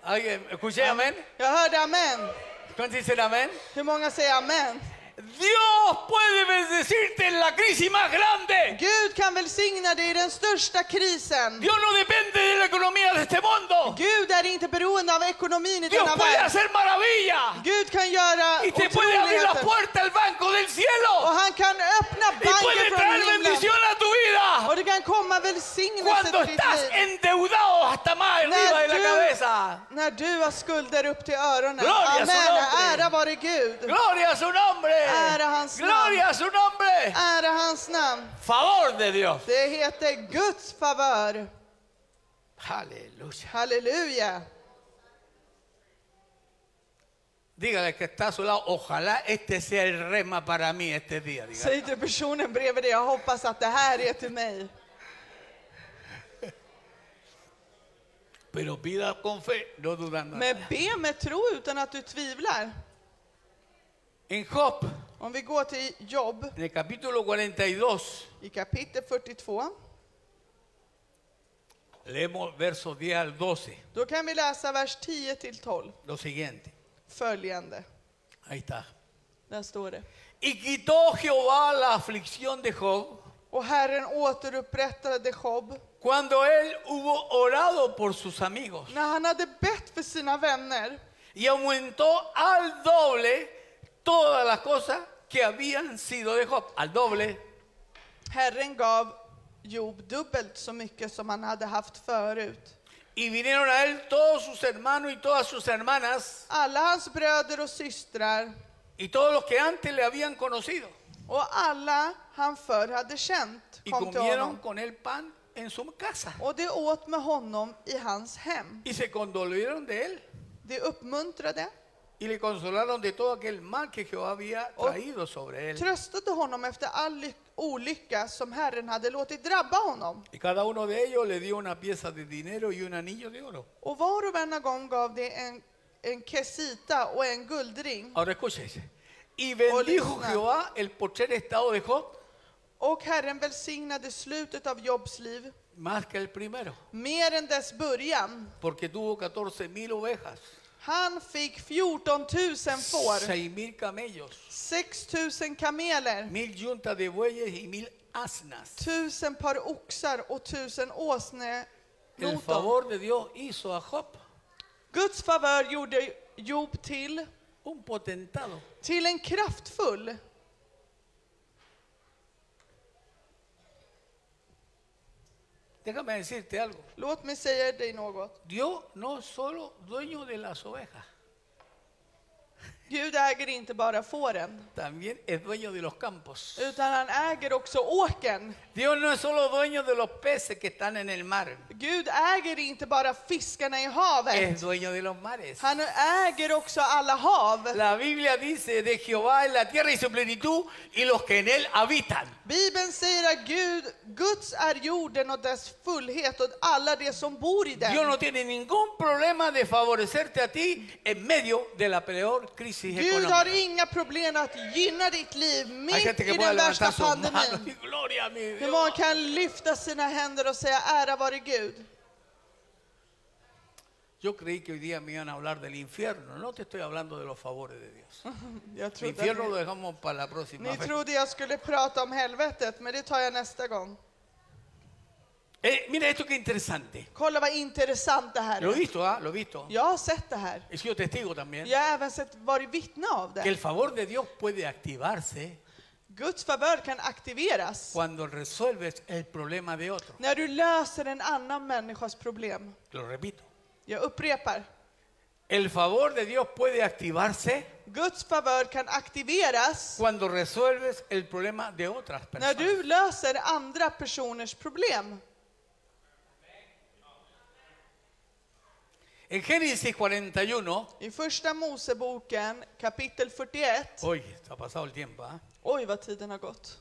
A: ¿Alguien escuché amén?
B: Jag hörde amen.
A: ¿Cuántos dicen amén?
B: Hur många säger amen?
A: Dios puede bendecirte en la crisis más grande.
B: Gud kan välsigna dig i den största krisen.
A: Dios no depende de la economía de este mundo.
B: Gud är inte beroende av ekonomin i
A: Dios
B: denna
A: puede
B: värld.
A: hacer maravillas.
B: Gud kan göra
A: Y te puede abrir la
B: otroligheter.
A: puerta al banco del
B: Och
A: cielo.
B: han kan öppna
A: Y puede
B: banken
A: traer
B: från himlen.
A: bendición a tu vida.
B: Och det kan komma välsignelse
A: Cuando
B: till ditt
A: estás
B: liv.
A: endeudado hasta más arriba de la cabeza.
B: när du har skulder upp till öronen.
A: Gloria a su
B: Amen.
A: nombre.
B: Ära vare Gud.
A: Gloria a su nombre.
B: Ära hans
A: Gloria a su nombre.
B: Ära hans namn.
A: Favor de Dios.
B: Det heter Guds favör.
A: Aleluya.
B: Halleluja.
A: Dígale que está a su lado. Ojalá este sea el rema para mí este día. dígale.
B: Säg till personen bredvid dig, jag hoppas att det här är till mig.
A: Pero pida con fe, no dudando.
B: Men be med tro utan att du tvivlar.
A: En Job,
B: Om vi går till Jobb
A: en el capítulo 42,
B: i kapitel 42,
A: leemos versos 10 al 12.
B: då kan vi läsa vers 10 till 12
A: Lo siguiente.
B: följande.
A: Ahí está.
B: Där står det.
A: Y quitó Jehová la aflicción de Job
B: Och Herren återupprättade Jobb
A: cuando él hubo orado por sus amigos
B: när han hade bett för sina vänner
A: y aumentó al doble todas las cosas que habían sido de Job. Al doble.
B: Herren gav Job dubbelt så mycket som han hade haft förut.
A: Y vinieron a él todos sus hermanos y todas sus hermanas
B: Alla hans bröder och systrar
A: y todos los que antes le habían conocido
B: och alla han förr hade känt
A: y
B: kom till
A: comieron
B: honom
A: con él pan en su casa
B: och de åt med honom i hans hem.
A: y se condolieron de él
B: De uppmuntrade,
A: y le consolaron de todo aquel mal que Jehová había
B: Oh.
A: traído sobre él.
B: tröstade honom efter all ly- olycka som Herren hade låtit drabba honom.
A: Y cada uno de ellos le dio una pieza de dinero y un anillo de oro.
B: Och var och varannan gång gav de en, en kesita och en guldring.
A: Ahora escúchese. Y bendijo
B: Olifna.
A: Jehová el postrer estado de Job
B: Och Herren välsignade slutet av Jobs liv
A: más que el primero,
B: mer än dess början.
A: porque tuvo 14 mil ovejas,
B: Han fick 14 000 får,
A: 6 mil camellos,
B: 6 000 kameler,
A: mil yuntas de bueyes y mil asnas.
B: 1000 par oxar och 1000
A: El
B: åsnenotor.
A: favor de Dios hizo a Job
B: Guds favör gjorde Job till,
A: un potentado.
B: till en kraftfull.
A: Déjame decirte algo.
B: Låt mig säga dig något.
A: Dios no es solo dueño de las ovejas,
B: Gud äger inte bara fåren,
A: también es dueño de los campos.
B: utan han äger också åkern.
A: Dios no es solo dueño de los peces que están en el mar,
B: Gud äger inte bara fiskarna i
A: es
B: havet,
A: dueño de los mares.
B: han äger också alla hav.
A: La Biblia dice de Jehová en la tierra y su plenitud y los que en él habitan.
B: Bibeln säger att Gud, Guds är jorden och dess fullhet och alla de som bor i
A: Dios
B: den.
A: no tiene ningún problema de favorecerte a ti en medio de la peor crisis
B: Gud har
A: económica.
B: inga problem att gynna ditt liv
A: Hay
B: mitt
A: gente
B: i
A: que puede
B: den
A: levantar
B: värsta
A: sus manos y [laughs]
B: pandemin.
A: gloria a mi
B: Hur
A: Dios.
B: många kan lyfta sina händer och säga ära vare Gud?
A: Yo creí que hoy día me iban a hablar del infierno. No te estoy hablando de los favores de Dios.
B: Jag
A: El
B: trodde
A: infierno lo
B: att
A: dejamos para la
B: ni,
A: próxima
B: ni
A: vez.
B: trodde jag skulle prata om helvetet, men det tar jag nästa gång.
A: Eh, mira esto que interesante.
B: Kolla vad intressant det här
A: Lo he
B: är.
A: visto, ¿ah? Lo he visto.
B: Jag har sett det här.
A: He sido testigo también.
B: Jag har även sett, varit vittne av
A: Que el
B: det.
A: favor de Dios puede activarse
B: Guds favör kan aktiveras
A: cuando resuelves el problema de otro.
B: när du löser en annan människas problem.
A: Lo repito.
B: Jag upprepar.
A: El favor de Dios puede activarse
B: Guds favör kan aktiveras
A: cuando resuelves el problema de otras
B: när
A: personas.
B: du löser andra personers problem.
A: En Génesis 41,
B: I första Moseboken kapitel 41,
A: hoy está pasado el tiempo, ¿ah?
B: oj vad tiden har gått.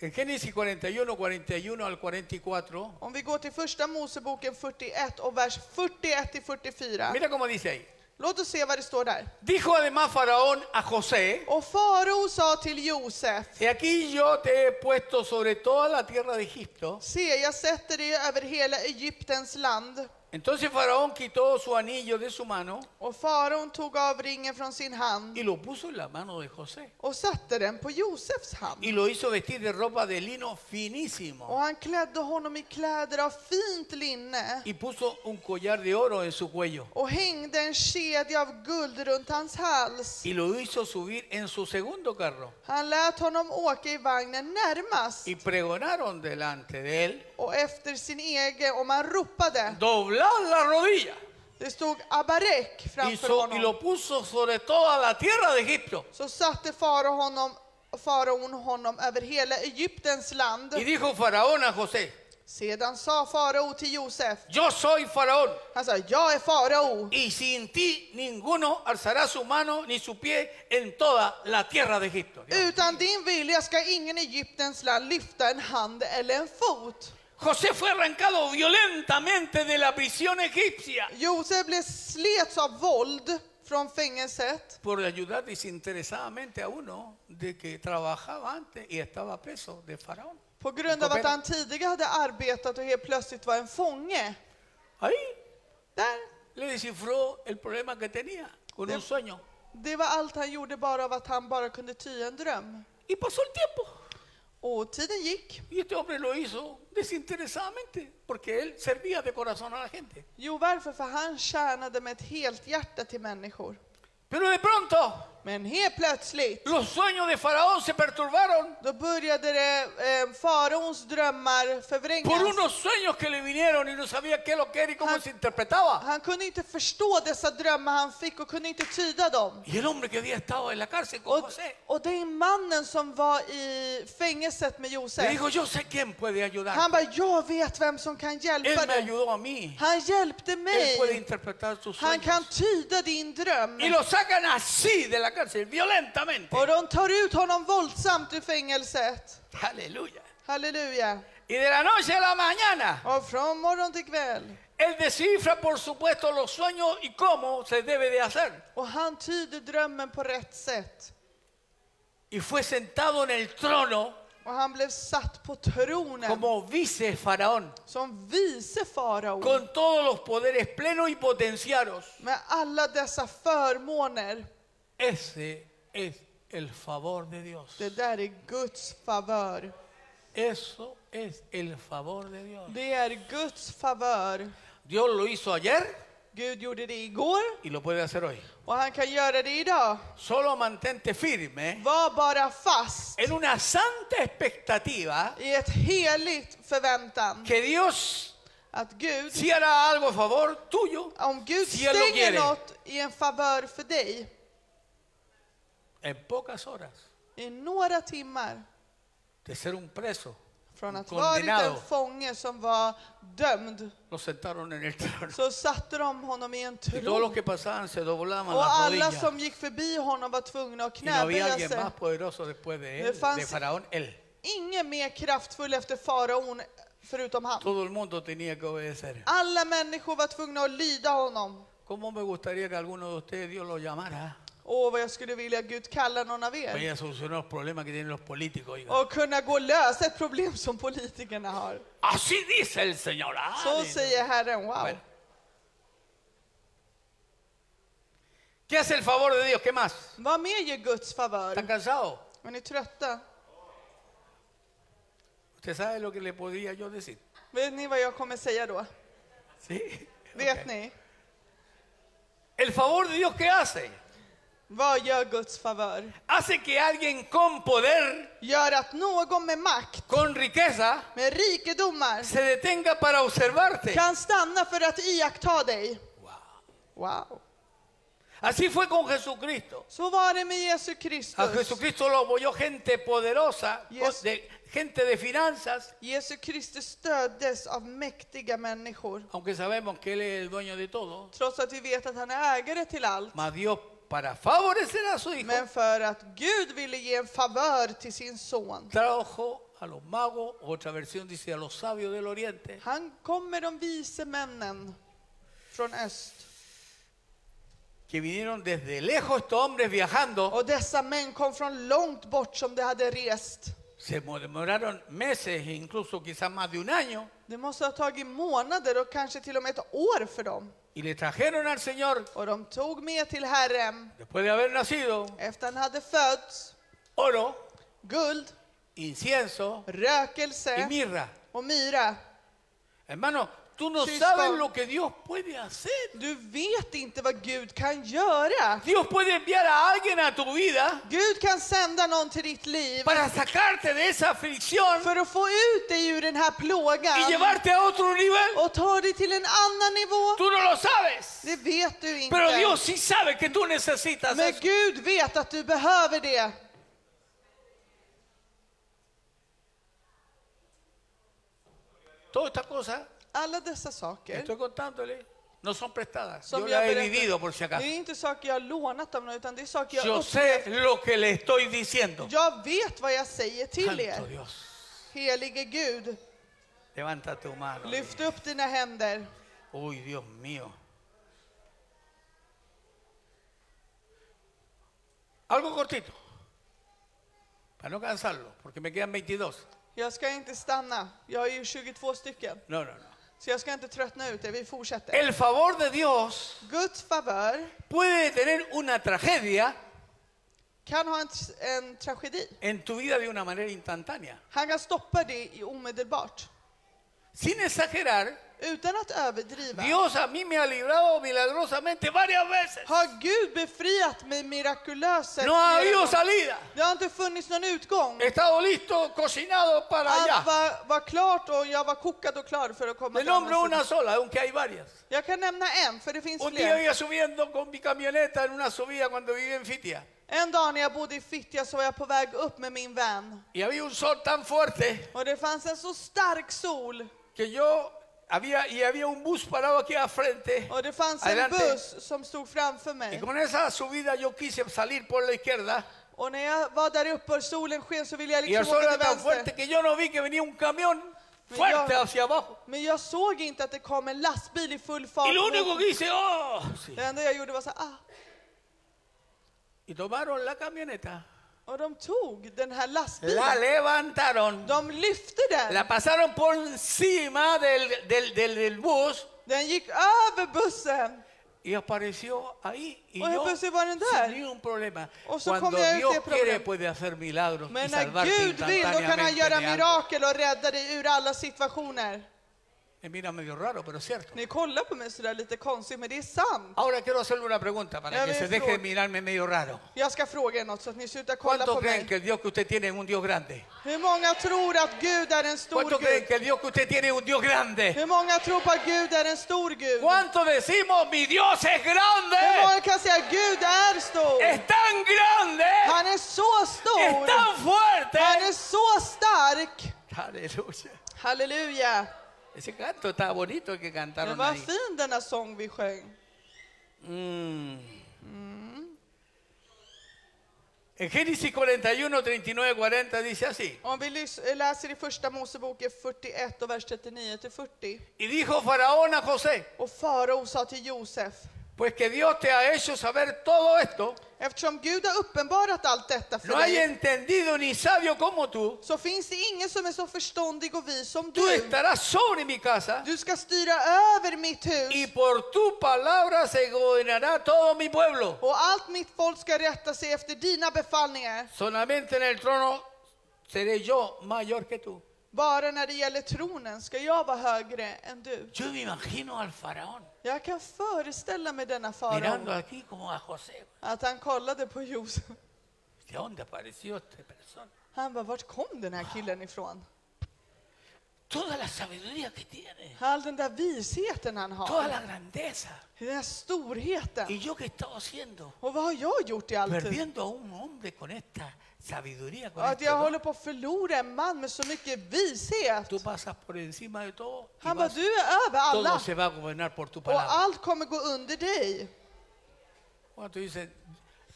A: en Génesis 41, 41 al 44,
B: Om vi går till första Moseboken 41 och vers 41 till 44.
A: mira cómo dice ahí.
B: Låt oss se vad det står där.
A: Dijo además Faraón a José,
B: Och farao sa till Josef,
A: he aquí yo te he puesto sobre toda la tierra de Egipto.
B: se jag sätter dig över hela Egyptens land.
A: Entonces Faraón quitó su anillo de su mano
B: Och faraon tog av ringen från sin hand
A: y lo puso en la mano de José.
B: och satte den på Josefs hand.
A: Y lo hizo vestir de ropa de lino
B: Och
A: finísimo.
B: han klädde honom i kläder av fint linne
A: Y puso un collar de oro en su cuello.
B: och hängde en kedja av guld runt hans hals.
A: Y lo hizo subir en su segundo carro.
B: Han lät honom åka i vagnen närmast
A: Y pregonaron delante de él,
B: och efter sin egen och man ropade.
A: doblad la rodilla.
B: Det stod Abarek
A: Y,
B: framför
A: so- y
B: honom.
A: lo puso sobre toda la tierra de Egipto.
B: Så satte farao honom faraon honom över hela Egyptens land.
A: Y dijo Faraón a José,
B: Sedan sa farao till Josef,
A: yo soy Faraón
B: han sa, jag är farao
A: y sin ti ninguno alzará su mano ni su pie en toda la tierra de Egipto.
B: Utan din vilja ska ingen i Egyptens land lyfta en hand eller en fot.
A: José fue arrancado violentamente de la prisión egipcia
B: Josef blev slets av våld från fängelset
A: por ayudar desinteresadamente a uno de que trabajaba antes y estaba preso de Faraón.
B: på grund av att han tidigare hade arbetat och helt plötsligt var en fånge.
A: Ahí
B: Där.
A: le descifró el problema que tenía con un sueño.
B: Det var allt han gjorde bara av att han bara kunde ty en dröm.
A: Y pasó el tiempo.
B: Och tiden gick.
A: Y este hombre lo hizo desinteresadamente porque él servía de corazón a la gente.
B: Jo, varför? För han tjänade med ett helt hjärta till människor.
A: Pero de pronto
B: Men helt plötsligt,
A: Los sueños de Faraón se perturbaron
B: då började det, eh, faraons drömmar
A: por
B: förvrängas.
A: unos sueños que le vinieron y no sabía qué lo que era y cómo
B: Ah.
A: se interpretaba.
B: Han kunde inte förstå dessa drömmar han fick och kunde inte tyda dem.
A: Y el hombre que había estado en la cárcel con
B: Och,
A: José
B: och den mannen som var i fängelset med
A: le
B: Josef,
A: dijo, yo sé quién puede ayudar.
B: han bara, jag vet vem som kan
A: Él
B: hjälpa
A: me
B: dig.
A: ayudó a mí.
B: Han hjälpte
A: Él puede
B: mig.
A: interpretar tus
B: Han kan
A: sueños.
B: tyda din dröm.
A: Y lo sacan así de la cárcel, violentamente.
B: Och de tar ut honom våldsamt ur fängelset.
A: Aleluya.
B: Halleluja.
A: Y de la noche a la mañana,
B: Och från morgon till kväll.
A: él descifra, por supuesto, los sueños y cómo se debe de hacer.
B: Och han tyder drömmen på rätt sätt.
A: Y fue sentado en el trono
B: Och han blev satt på tronen
A: como vice faraón.
B: som vice farao
A: con todos los poderes plenos y potenciados.
B: med alla dessa förmåner.
A: Ese es el favor de Dios.
B: Det där är Guds favör.
A: Eso es el favor de Dios.
B: Det är Guds favör.
A: Dios lo hizo ayer
B: Gud gjorde det igår
A: y lo puede hacer hoy.
B: och han kan göra det idag.
A: Solo mantente firme
B: Var bara fast
A: en una santa expectativa
B: i ett heligt förväntan
A: que Dios
B: att Gud,
A: si hará algo a favor tuyo,
B: om Gud
A: Cielo quiere.
B: stänger något i en favör för dig
A: en pocas horas
B: i några timmar
A: de ser un preso,
B: från
A: un
B: att varit en
A: condenado,
B: fånge som var dömd
A: lo sentaron en el trono.
B: så satte de honom i en
A: Y todos los
B: tron
A: que pasaban se doblaban
B: och
A: las
B: alla
A: rodillas.
B: som gick förbi honom var tvungna att
A: Y no había
B: knäböja
A: alguien
B: sig.
A: más poderoso después de
B: Me
A: él, de
B: fancy.
A: Faraón, él.
B: Ingen mer kraftfull efter faraon förutom han.
A: Todo el mundo tenía que obedecer.
B: Alla människor var tvungna att lyda honom.
A: ¿Cómo me gustaría que alguno de ustedes Dios lo llamara
B: Åh, vad jag skulle vilja att Gud kallar någon av er.
A: vaya a solucionar los problemas que tienen los políticos? oiga.
B: Och kunna gå och lösa ett problem som politikerna har.
A: Así dice el Señor.
B: Så
A: ¡Aleluya!
B: säger Herren, wow.
A: Bueno. ¿Qué hace el favor de Dios? ¿Qué más?
B: Vad mer gör Guds
A: ¿Están
B: favör?
A: cansados?
B: Är ni trötta?
A: ¿Usted sabe lo que le podría yo decir?
B: Vet ni vad jag kommer säga då?
A: ¿Sí?
B: Vet
A: Ok.
B: ni?
A: ¿El favor de Dios qué hace?
B: Vad gör Guds favör?
A: Hace que alguien con poder,
B: Gör att någon med makt,
A: con riqueza,
B: med rikedomar,
A: se detenga para observarte.
B: kan stanna för att iaktta dig. Wow.
A: Así fue con Jesucristo.
B: Så var det med Jesu
A: A
B: Kristus.
A: Jesucristo lo apoyó gente poderosa,
B: Yes.
A: con- de- gente de finanzas,
B: Jesu Kristus stöddes av mäktiga människor.
A: aunque sabemos que Él es el dueño de todo.
B: Trots att vi vet att han är ägare till allt.
A: Mas Dios, para favorecer a su hijo,
B: Men för att Gud ville ge en favör till sin son.
A: trajo a los magos, otra versión dice a los sabios del oriente,
B: Han kom med de vise männen från öst.
A: que vinieron desde lejos estos hombres viajando.
B: Och dessa män kom från långt bort som de hade rest.
A: Se demoraron meses, incluso quizás más de un año,
B: Det måste ha tagit månader och kanske till och med ett år för dem.
A: y le trajeron al Señor,
B: Och de tog med till Herren
A: después de haber nacido,
B: efter han hade fötts
A: oro,
B: guld,
A: incienso y
B: rökelse
A: mirra.
B: och myra.
A: Hermano, tú no
B: Sí,
A: sabes
B: está.
A: lo que Dios puede hacer.
B: Du vet inte vad Gud kan göra.
A: Dios puede enviar a alguien a tu vida
B: Gud kan sända någon till ditt liv
A: para sacarte de esa aflicción
B: för att få ut dig ur den här
A: y
B: plågan
A: llevarte a otro nivel.
B: och ta dig till en annan nivå.
A: Tú no lo sabes.
B: Det vet du inte.
A: Pero Dios sí sabe que tú necesitas
B: Men
A: eso.
B: Gud vet att du behöver det.
A: Todas estas cosas
B: Alla dessa
A: que
B: saker
A: estoy contándole no son prestadas.
B: som
A: Yo
B: jag
A: las he
B: berättar,
A: vivido por si
B: det
A: acaso.
B: är inte saker jag har lånat av någon, utan det är saker jag
A: Yo oh, sé lo que le estoy diciendo.
B: Jag vet vad jag säger till
A: Santo
B: er.
A: Dios,
B: Helige Gud,
A: levanta tu mano.
B: lyft upp dina händer.
A: Uy, Dios mío. Algo cortito. Para no cansarlo, porque me quedan 22.
B: Jag ska inte stanna. Jag är ju 22 stycken,
A: No, no, no.
B: så jag ska inte tröttna ut er. Vi fortsätter.
A: El favor de Dios
B: Guds favör
A: puede tener una tragedia
B: kan ha en, tr- en tragedi.
A: en tu vida de una manera instantánea.
B: Han kan stoppa det i omedelbart.
A: Sin exagerar,
B: Utan att överdriva.
A: Dios a mí me ha librado milagrosamente varias veces.
B: Har Gud befriat mig mirakulöst?
A: No ha habido salida.
B: Det har inte funnits någon utgång.
A: He estado listo, cocinado para
B: Allt
A: allá.
B: var, var klart och jag var kokad och klar för att komma
A: Me
B: till andra
A: nombro una
B: sidan.
A: sola, aunque hay varias.
B: Jag kan nämna en, för det finns
A: Un día
B: fler.
A: iba subiendo con mi camioneta en una subida cuando vivía en Fitia.
B: En dag när jag bodde i Fittja så var jag på väg upp med min vän.
A: Y había un sol tan fuerte
B: Och det fanns en så stark sol.
A: que yo había y había un bus parado aquí al frente.
B: Och det fanns en
A: Adelante.
B: buss som stod framför
A: Y
B: mig.
A: como en esa subida yo quise salir por la izquierda
B: Och när jag var där uppe och solen sken så ville jag
A: y el
B: liksom
A: sol
B: åka
A: era
B: till
A: tan fuerte
B: vänster.
A: que yo no vi que venía un camión
B: Me
A: fuerte
B: dio-
A: hacia abajo.
B: Men jag såg inte att det kom en lastbil i full fart.
A: Y lo
B: mot
A: único que hice, ¡oh! Sí.
B: Det enda jag gjorde var så här, ah.
A: Y tomaron la camioneta,
B: Och de tog den här
A: la
B: lastbilen.
A: levantaron,
B: De lyfte den.
A: la pasaron por encima del, del, del, del bus
B: Den gick över bussen.
A: Y apareció ahí y
B: Oye,
A: yo
B: pero se van a andar.
A: sin ningún problema.
B: O sea,
A: Cuando
B: ¿cómo hay
A: Dios
B: este
A: quiere
B: problema?
A: puede hacer milagros y
B: Men när
A: salvarte
B: Gud vill då kan han
A: instantáneamente.
B: göra
A: Leandro.
B: mirakel och rädda dig ur alla situationer.
A: Me mira medio raro, pero es cierto.
B: Ni kollar på mig sådär lite konstigt, men det är sant.
A: Ahora quiero hacerle una pregunta
B: Ya
A: para que
B: me
A: se deje de
B: flor.
A: mirarme medio raro.
B: Jag ska fråga er något så att ni slutar kolla
A: ¿Cuántos
B: på
A: creen que el
B: mig.
A: Dios que usted tiene es un Dios grande?
B: Hur många tror att Gud är en stor
A: ¿Cuántos creen
B: Gud?
A: que el Dios que usted tiene es un Dios grande?
B: Hur många tror på att Gud är en stor Gud?
A: ¿Cuántos decimos mi Dios es
B: Hur
A: grande?
B: många kan säga Gud är stor?
A: Es tan grande,
B: Han är så stor!
A: es tan
B: Han är
A: fuerte.
B: så stark!
A: Aleluya.
B: Halleluja!
A: Ese canto está bonito que
B: Det
A: cantaron
B: var
A: ahí.
B: fin denna sång vi sjöng.
A: Mm. En Génesis 41, 39, 40 dice así.
B: Om vi lys- eh, läser i första Moseboken 41 och vers 39 till 40.
A: Y dijo Faraón a José,
B: Och farao sa till Josef,
A: pues que Dios te ha hecho saber todo esto,
B: eftersom Gud har uppenbarat allt detta för
A: no hay
B: dig,
A: entendido ni sabio como tú,
B: så finns det ingen som är så förståndig och vis som
A: tú
B: du.
A: estarás sobre mi casa
B: Du ska styra över mitt
A: y
B: hus,
A: por tu palabra se gobernará todo mi pueblo.
B: och allt mitt folk ska rätta sig efter dina befallningar.
A: Solamente en el trono seré yo mayor que tú.
B: Bara när det gäller tronen ska jag vara högre än du.
A: Yo me imagino al Faraón
B: Jag kan föreställa mig denna
A: mirando
B: farao,
A: aquí como a José.
B: att han kollade på Josef.
A: ¿De dónde apareció esta persona?
B: Han bara, vart kom den här killen ifrån?
A: toda la sabiduría que tiene,
B: All den där visheten han
A: toda
B: har,
A: la grandeza.
B: den här storheten.
A: Y yo que he estado haciendo,
B: Och vad har jag gjort i all tid?
A: perdiendo a un hombre con esta sabiduría, con
B: Att
A: este
B: jag
A: don.
B: håller på att förlora en man med så mycket vishet.
A: tú pasas por encima de todo, y
B: Han bara,
A: vas-
B: du är över
A: todo
B: alla
A: se va a gobernar por tu
B: och
A: palabra.
B: allt kommer gå under dig.
A: Cuando dicen,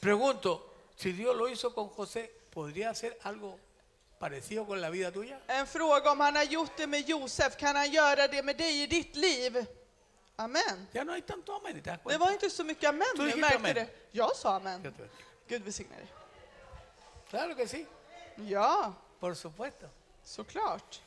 A: pregunto, si Dios lo hizo con José, ¿podría hacer algo parecido con la vida tuya?
B: En fråga om han har gjort det med Josef, kan han göra det med dig i ditt liv? Amen.
A: Ya no hay tanto amén, ¿te das
B: Det
A: cuenta?
B: var inte så mycket amen,
A: Du
B: ni
A: gick
B: märkte
A: amen.
B: det. Jag sa
A: Dios
B: amen.
A: te bendiga.
B: Gud välsigne dig.
A: Claro que sí,
B: Ja,
A: por supuesto.
B: såklart.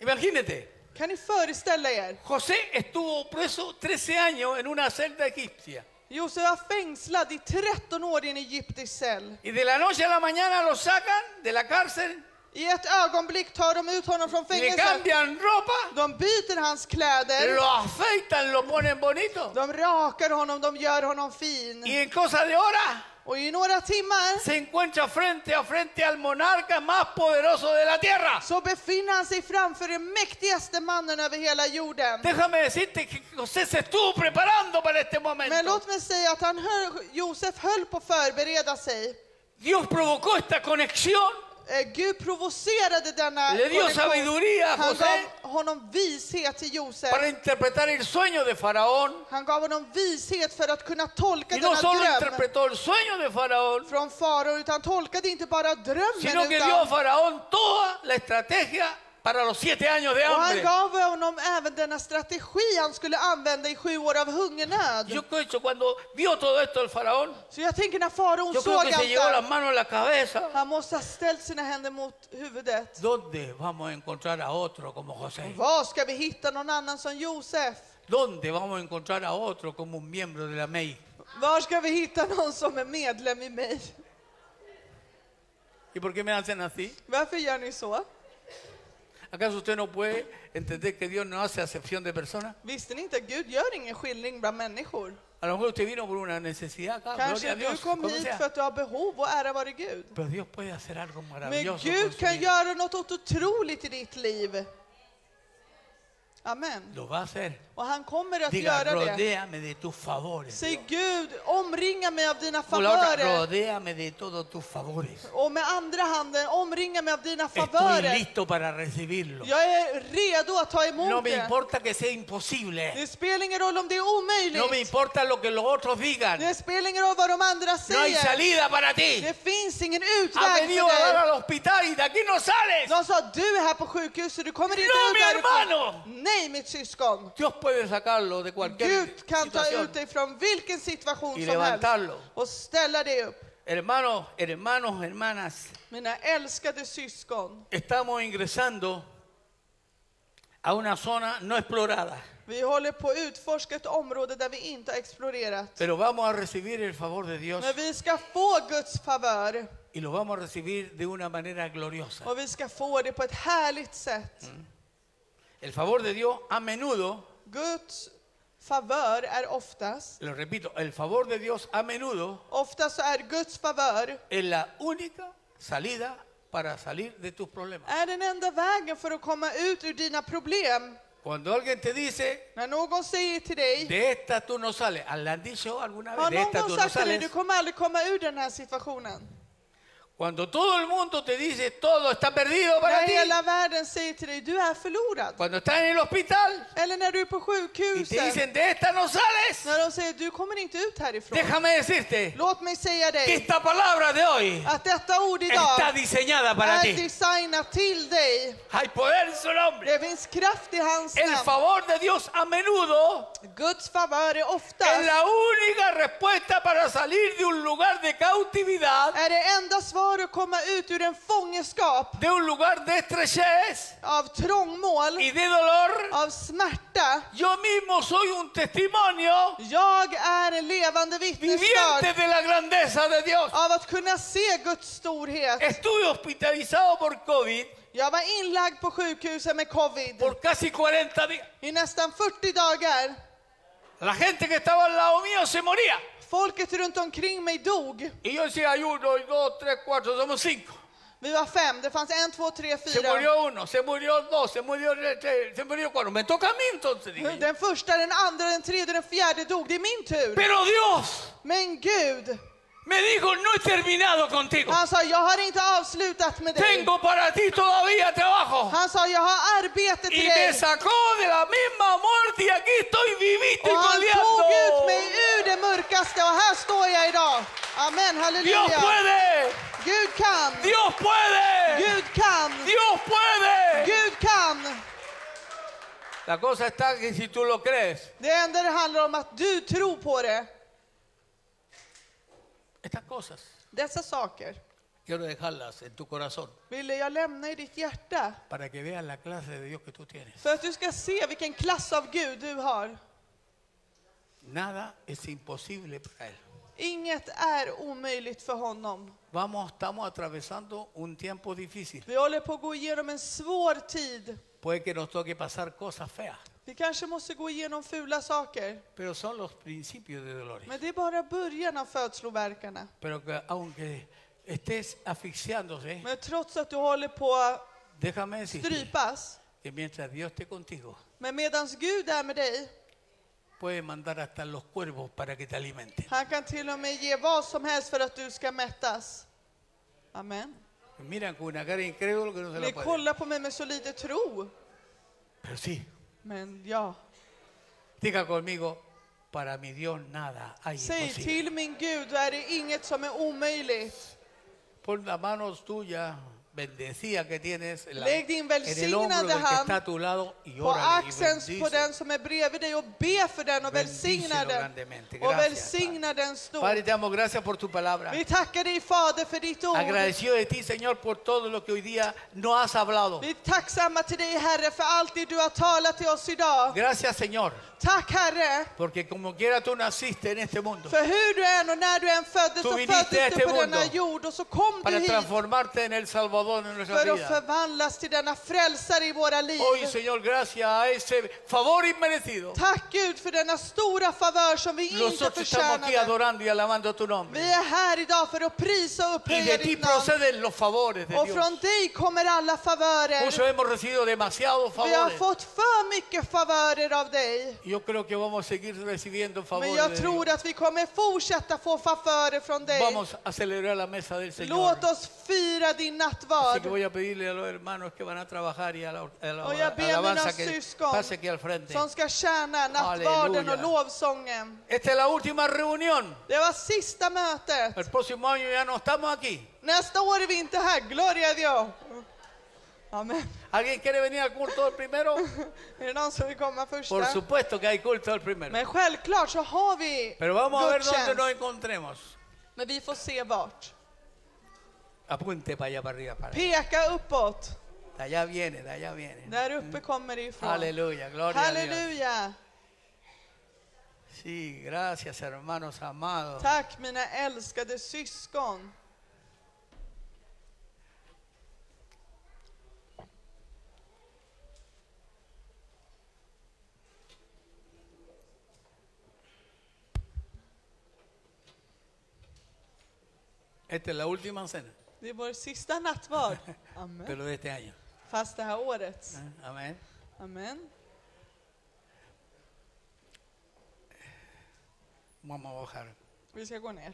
A: Imagínate,
B: Kan ni föreställa er?
A: José estuvo preso 13 años en una celda egipcia.
B: Josef var fängslad i 13 år i en egyptisk cell.
A: Y de la noche a la mañana lo sacan de la cárcel,
B: I ett ögonblick tar de ut honom från
A: le
B: fängelset.
A: cambian ropa,
B: De byter hans kläder.
A: lo afeitan, lo ponen bonito.
B: De rakar honom, de gör honom
A: Y
B: fin.
A: en cosa de horas
B: Och i några timmar
A: se encuentra frente a frente al monarca más poderoso de la tierra.
B: så befinner han sig framför den mäktigaste mannen över hela jorden.
A: Déjame decirte que José se estuvo preparando para este
B: Men
A: momento.
B: låt mig säga att han höll, Josef höll på att förbereda sig.
A: Dios provocó esta conexión
B: Eh, Gud provocerade denna
A: Le dio
B: korruption.
A: sabiduría a
B: Han
A: José.
B: gav honom vishet till Josef.
A: para interpretar el sueño de Faraón.
B: Han gav honom vishet för att kunna tolka
A: Y no
B: denna
A: solo
B: dröm
A: interpretó el sueño de Faraón,
B: från farao, utan tolkade inte bara
A: sino
B: drömmen
A: que dio a
B: utan
A: Faraón toda la estrategia para los siete años de
B: och han
A: hambre.
B: gav honom även denna strategi han skulle använda i sju år av hungernöd.
A: Yo creo que cuando vio todo esto el Faraón,
B: Så jag tänker när faraon
A: yo creo
B: såg
A: que se
B: allt
A: llevó
B: där,
A: las manos a la cabeza.
B: han måste ha ställt sina händer mot huvudet.
A: ¿Dónde vamos a encontrar a otro como José?
B: Var ska vi hitta någon annan som Josef?
A: ¿Dónde vamos a encontrar a otro como un miembro de la MEI?
B: Var ska vi hitta någon som är medlem i mig?
A: ¿Y por qué me hacen así?
B: Varför gör ni så?
A: ¿Acaso usted no puede entender que Dios no hace acepción de personas?
B: Visste ni inte att Gud gör ingen skillning bland människor?
A: A lo mejor usted vino por una necesidad acá, gloria
B: Kanske
A: a
B: du
A: Dios,
B: kom
A: como
B: hit
A: sea.
B: för att du har behov och ära vare Gud.
A: Pero Dios puede hacer algo
B: Men
A: maravilloso. con
B: Gud
A: su
B: kan
A: vida.
B: göra något otroligt i ditt liv. Amen.
A: Lo va a hacer.
B: Och han kommer att
A: Diga,
B: göra det.
A: rodéame de tus favores.
B: Säg Gud, omringa mig av dina
A: Con la otra,
B: favörer.
A: rodéame de todos tus favores.
B: Och med andra handen, omringa mig av dina
A: Estoy
B: favörer.
A: listo para recibirlo.
B: Jag är redo att ta
A: No
B: emot
A: me
B: det.
A: importa que sea imposible.
B: Det spelar ingen roll om det är
A: No me
B: omöjligt.
A: importa lo que los otros digan.
B: Det spelar ingen roll vad de andra
A: No hay
B: säger.
A: salida para ti.
B: Det finns ingen
A: Has
B: utväg
A: venido
B: för
A: a dar
B: dig.
A: al hospital y de aquí no sales.
B: De sa du är här på sjukhuset, du kommer inte
A: No,
B: ut
A: mi hermano!
B: därifrån. Nej mitt syskon.
A: Dios puede sacarlo de cualquier
B: Gud kan ta
A: situación.
B: ut dig från vilken
A: Y
B: situation som helst
A: levantarlo.
B: och ställa dig upp.
A: Hermanos, hermanos, hermanas,
B: Mina älskade syskon,
A: estamos ingresando a una zona no explorada,
B: vi håller på att utforska ett område där vi inte har explorerat.
A: pero vamos a recibir el favor de Dios
B: Men vi ska få Guds favör
A: y lo vamos a recibir de una manera gloriosa.
B: och vi ska få det på ett härligt sätt.
A: El favor de Dios a menudo,
B: Guds favör är oftast,
A: lo repito, el favor de Dios a menudo
B: oftast så är Guds favör
A: es la única salida para salir de tus problemas.
B: är den enda vägen för att komma ut ur dina problem.
A: Cuando alguien te dice,
B: När någon säger till dig,
A: de esta tú no sales, ¿le han dicho alguna vez?
B: har
A: De esta
B: någon
A: tú no
B: gång sagt till dig, du
A: sales.
B: kommer aldrig komma ur den här situationen.
A: Cuando todo el mundo te dice, todo está perdido para
B: När
A: ti.
B: hela världen säger till dig, du är förlorad.
A: Cuando estás en el hospital,
B: Eller när du är på
A: y te
B: sjukhuset,
A: dicen de esta no sales,
B: när de säger, du kommer inte ut härifrån.
A: déjame decirte
B: Låt mig säga
A: que
B: dig
A: esta palabra de hoy
B: att detta ord
A: está
B: idag
A: diseñada para
B: är
A: ti.
B: designat till dig.
A: Hay poder en su nombre.
B: Det finns kraft i hans
A: El
B: namn.
A: favor de Dios a menudo
B: Guds favör är
A: es
B: oftast,
A: la única respuesta para salir de un lugar de cautividad,
B: är det enda svar att komma ut ur en fångenskap
A: de un lugar de estrechez
B: av trångmål,
A: y de dolor.
B: av smärta.
A: Yo mismo soy un testimonio
B: Jag är en levande
A: viviente
B: vittnesbörd
A: de la grandeza de Dios.
B: av att kunna se Guds storhet.
A: Estuve hospitalizado por COVID
B: Jag var inlagd på sjukhuset med covid
A: por casi 40 días.
B: i nästan 40 dagar.
A: La gente que estaba al lado mío se moría.
B: Folket runt omkring mig dog.
A: Y yo decía, hay uno, y dos, tres, cuatro, somos cinco.
B: Vi var fem, det fanns en, två, tre,
A: Se
B: fyra.
A: murió uno, se murió dos, se murió tres, se murió cuatro. Me toca a mí entonces. dije yo.
B: Den första, den andra, den tredje, den fjärde dog. Det är min tur.
A: Pero Dios
B: Men Gud,
A: me dijo, no he terminado contigo.
B: han sa, jag har inte avslutat med dig.
A: Tengo para ti todavía trabajo.
B: Han sa, jag har arbete
A: Y
B: till
A: me
B: dig.
A: sacó de la misma muerte y aquí estoy vivito
B: Och
A: y
B: han tog ut mig
A: coleando.
B: ur det mörkaste och här står jag idag. Amen,
A: Dios
B: halleluja.
A: puede,
B: Gud kan,
A: Dios puede,
B: Gud kan,
A: Dios puede.
B: Gud kan.
A: La cosa está que si tú lo crees,
B: Det enda det handlar om att du tror på det.
A: estas cosas
B: Dessa saker
A: quiero dejarlas en tu corazón
B: ville jag lämna i ditt hjärta
A: para que veas la clase de Dios que tú tienes.
B: för att du ska se vilken klass av Gud du har.
A: Nada es imposible para él.
B: Inget är omöjligt för honom.
A: Vamos, estamos atravesando un tiempo difícil.
B: Vi håller på att gå igenom en svår tid.
A: Puede que nos toque pasar cosas feas,
B: Vi kanske måste gå igenom fula saker.
A: pero son los principios de dolores.
B: Men det är bara början av födslovärkarna.
A: Pero que aunque estés asfixiándose,
B: Men trots att du håller på att
A: déjame decirte
B: strypas,
A: que mientras Dios esté contigo,
B: men medans Gud är med dig,
A: puede mandar hasta los cuervos para que te alimenten.
B: han kan till och med ge vad som helst för att du ska mättas. Amen.
A: Me miran con una cara incrédula que no se la
B: Ni
A: puede.
B: kollar på mig med så lite tro.
A: Pero sí,
B: Men ja,
A: diga conmigo, para mi Dios nada hay
B: säg
A: imposible.
B: till min Gud, då är det inget som är omöjligt.
A: Pon las manos tuyas, bendecida que tienes, en la-
B: Lägg
A: en
B: din
A: el hombro
B: välsignande
A: del que
B: hand
A: está a tu lado y
B: På
A: ora y
B: axeln på
A: bendice.
B: den som är bredvid dig och be för den och välsigna
A: Bendícelo
B: den.
A: grandemente.
B: Och
A: Gracias,
B: välsigna den
A: Padre,
B: stort.
A: te damos gracias por tu palabra.
B: Vi tackar dig Fader för ditt ord.
A: Agradecido de ti, Señor, por todo lo que hoy día no has hablado.
B: Vi är tacksamma till dig Herre för allt det du har talat till oss idag.
A: Gracias, Señor,
B: Tack Herre,
A: porque como quiera tú naciste en este mundo
B: för hur du än och när du än föddes
A: Tú
B: så
A: viniste a
B: föddes
A: este
B: du på denna
A: mundo
B: jord och så kom du
A: para
B: hit
A: transformarte en el Salvador de nuestra
B: för att
A: vida.
B: förvandlas till denna frälsare i våra liv.
A: Hoy, Señor, gracias a ese favor inmerecido,
B: Tack Gud för denna stora favör som vi inte
A: nosotros estamos aquí
B: förtjänade.
A: adorando y alabando tu
B: Vi
A: nombre.
B: är här idag för att prisa och
A: Y
B: upphöja
A: de ti
B: ditt namn.
A: proceden los favores de
B: Och
A: Dios.
B: från dig kommer alla favörer.
A: Muchos hemos recibido demasiados
B: Vi har
A: favores.
B: fått för mycket favörer av dig.
A: Yo creo que vamos a seguir recibiendo
B: Men
A: favores.
B: jag
A: De Dios.
B: tror att vi kommer fortsätta få favörer från dig.
A: Vamos a celebrar la mesa del Señor.
B: Låt oss fira din
A: Así que
B: nattvard
A: voy a pedirle a los hermanos que van a trabajar y a la, a la-
B: Och jag ber
A: alabanza
B: mina
A: que
B: syskon
A: pase aquí al frente.
B: som ska tjäna nattvarden och
A: Halleluja.
B: lovsången.
A: Esta es la última reunión.
B: Det var sista mötet.
A: El próximo año ya no estamos aquí.
B: Nästa år är vi inte här. Gloria a Dios. Amen.
A: ¿Alguien quiere venir al culto del primero?
B: Är det någon som vill komma
A: Por
B: första?
A: supuesto que hay culto del primero.
B: Men självklart så har vi
A: Pero vamos a ver dónde
B: gudstjänst.
A: nos encontremos.
B: Men vi får se vart.
A: Apunte para allá, para arriba, para allá.
B: Peka uppåt.
A: De allá viene, de allá viene.
B: Där uppe kommer det ifrån.
A: Aleluya, gloria a Dios.
B: Halleluja.
A: Sí, gracias hermanos amados.
B: Tack mina älskade syskon.
A: Esta es la última cena,
B: Det är vår sista nattvard. Amen.
A: pero de este año.
B: Fast det här årets.
A: ¿eh? Amén.
B: Amen.
A: Vamos a bajar.
B: Vi ska gå ner.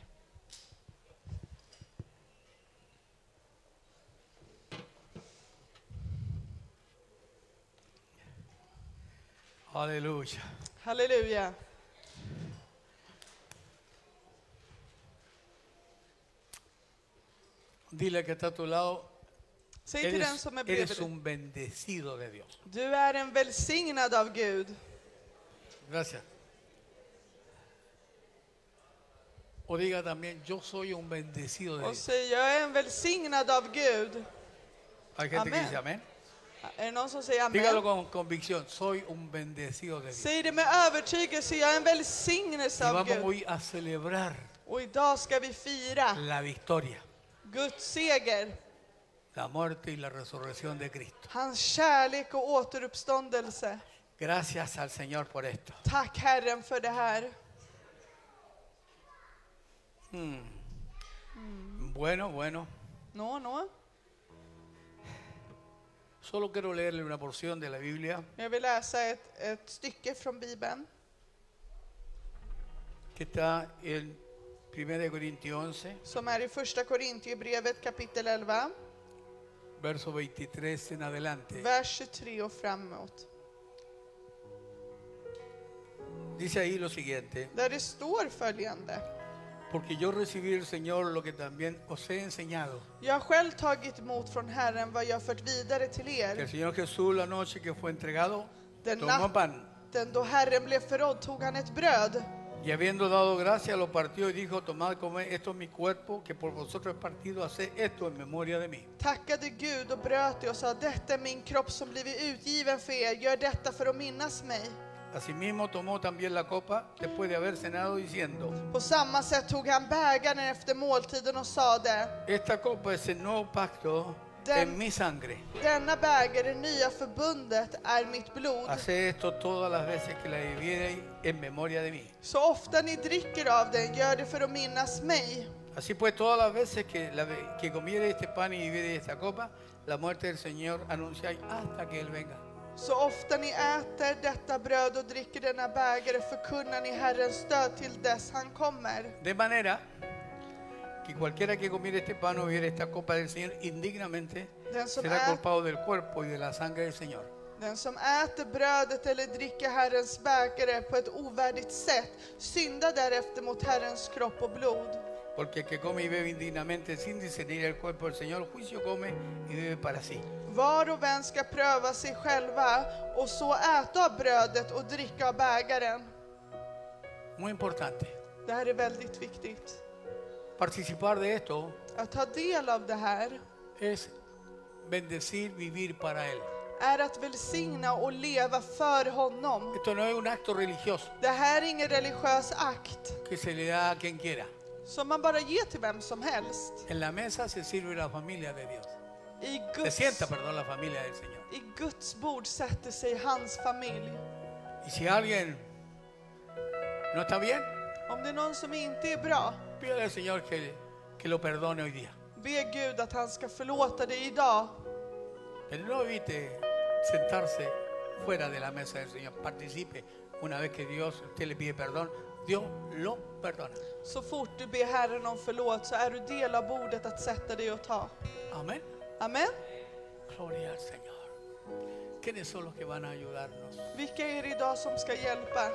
A: Aleluya.
B: Halleluja.
A: Dile que está a tu lado.
B: Säg till den
A: Eres,
B: som är
A: eres
B: bredvid dig.
A: un bendecido de Dios.
B: Du är en välsignad av Gud.
A: Gracias. O diga también, yo soy un bendecido de
B: Och
A: Dios.
B: säg, jag är en välsignad av Gud.
A: Hay gente que
B: amén.
A: dice amén.
B: Är det någon som säger
A: Dígalo
B: amen?
A: con convicción, soy un bendecido de Dios.
B: Säg det med övertygelse, jag är en
A: Y
B: välsignelse av
A: vamos
B: Gud.
A: hoy a celebrar
B: Och idag ska vi fira
A: la victoria,
B: Guds seger,
A: la muerte y la resurrección de Cristo.
B: hans kärlek och återuppståndelse.
A: Gracias al Señor por esto.
B: Tack Herren för det här.
A: Bueno, bueno.
B: Nå, nå.
A: Solo quiero leerle una porción de la Biblia
B: Jag vill läsa ett, ett stycke från Bibeln.
A: que está en 1 Corintios 11,
B: som är i första Korintierbrevet kapitel 11,
A: verso 23 en adelante.
B: vers 23 och framåt.
A: Dice ahí lo siguiente.
B: Där det står följande.
A: Porque yo recibí del Señor lo que también os he enseñado.
B: Jag har själv tagit emot från Herren vad jag fört vidare till
A: Que el
B: er.
A: Señor Jesús la noche que fue entregado
B: Den
A: tomó pan
B: natten då Herren blev förrådd tog han ett bröd.
A: y habiendo dado gracia lo partió y dijo, tomad, comed, esto es mi cuerpo que por vosotros es partido, haced esto en memoria de mí.
B: Tackade Gud och bröt det och sa detta är min kropp som blivit utgiven för er, gör detta för att minnas mig.
A: Asimismo tomó también la copa después de haber cenado diciendo,
B: På samma sätt tog han bägaren efter måltiden och sade
A: esta copa es el nuevo pacto en mi sangre.
B: Denna bägare, det nya förbundet, är mitt blod.
A: Haced esto todas las veces que la bebierais en memoria de mí.
B: Så ofta ni dricker av den, gör det för att minnas mig.
A: Así pues, todas las veces que, la, ve- que comiere este pan y bebiere esta copa, la muerte del Señor anunciáis hasta que Él venga.
B: Så ofta ni äter detta bröd och dricker denna bägare förkunnar ni Herrens död till dess han kommer.
A: De manera que cualquiera que comiere este pan o bebiere esta copa del Señor indignamente
B: Den som,
A: será
B: ä-
A: culpado del cuerpo y de la sangre del Señor.
B: den som äter brödet eller dricker Herrens bägare på ett ovärdigt sätt syndar därefter mot Herrens kropp och blod.
A: Porque el que come y bebe indignamente sin discernir el cuerpo del Señor, juicio come y bebe para sí.
B: Var och en ska pröva sig själva och så äta av brödet och dricka av bägaren.
A: Muy importante.
B: Det här är väldigt viktigt.
A: Participar de esto
B: Att ta del av det här
A: es bendecir, vivir para Él.
B: är att välsigna och leva för honom.
A: Esto no es un acto religioso
B: Det här är ingen religiös akt
A: que se le da a quien quiera.
B: som man bara ger till vem som helst.
A: En la mesa se sirve la familia de Dios.
B: I
A: Se
B: Guds,
A: sienta, perdón, la familia del Señor.
B: I Guds bord sätter sig hans familj.
A: Y si alguien no está bien,
B: Om det är någon som inte är bra,
A: pídale al Señor que, que lo perdone hoy día.
B: be Gud att han ska förlåta dig idag.
A: Pero no evite sentarse fuera de la mesa del Señor. Participe. Una vez que Dios, usted le pide perdón, Dios lo perdona.
B: Så fort du ber Herren om förlåt så är du del av bordet att sätta dig och ta.
A: Amén.
B: Amen.
A: Gloria al Señor. ¿Quiénes son los que van a ayudarnos?
B: Vilka är det idag som ska hjälpa?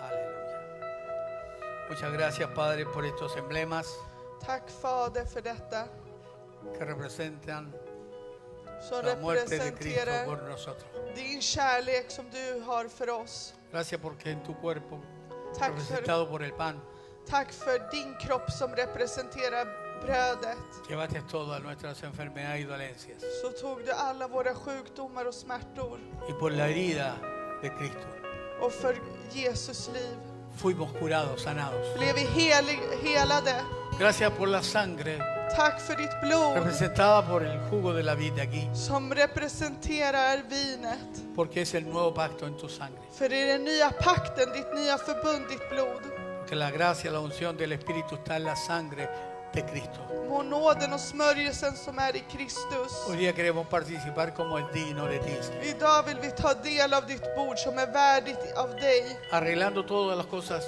A: Aleluya. Muchas gracias, Padre, por estos emblemas
B: Tack Fader för detta
A: que representan
B: som
A: la muerte de Cristo
B: representerar
A: por nosotros.
B: din kärlek som du har för oss.
A: Gracias porque en tu cuerpo,
B: Tack för,
A: representado por el pan,
B: tack för din kropp som representerar brödet.
A: llevaste todas nuestras enfermedades y dolencias.
B: Så tog du alla våra sjukdomar och smärtor
A: Y por la herida de Cristo
B: och för Jesus liv
A: fuimos curados, sanados.
B: blev vi helig, helade.
A: Gracias por la sangre
B: Tack för ditt blod
A: representada por el jugo de la vida aquí,
B: som representerar vinet.
A: porque es el nuevo pacto en tu sangre.
B: För det är den nya pakten, ditt nya förbund, ditt blod.
A: Porque la gracia, la unción del Espíritu está en la sangre de Cristo.
B: Må nåden och smörjelsen som är i Kristus.
A: Hoy día queremos participar como el digno de ti, Señor.
B: Idag vill vi ta del av ditt bord som är värdigt av dig.
A: arreglando todas las cosas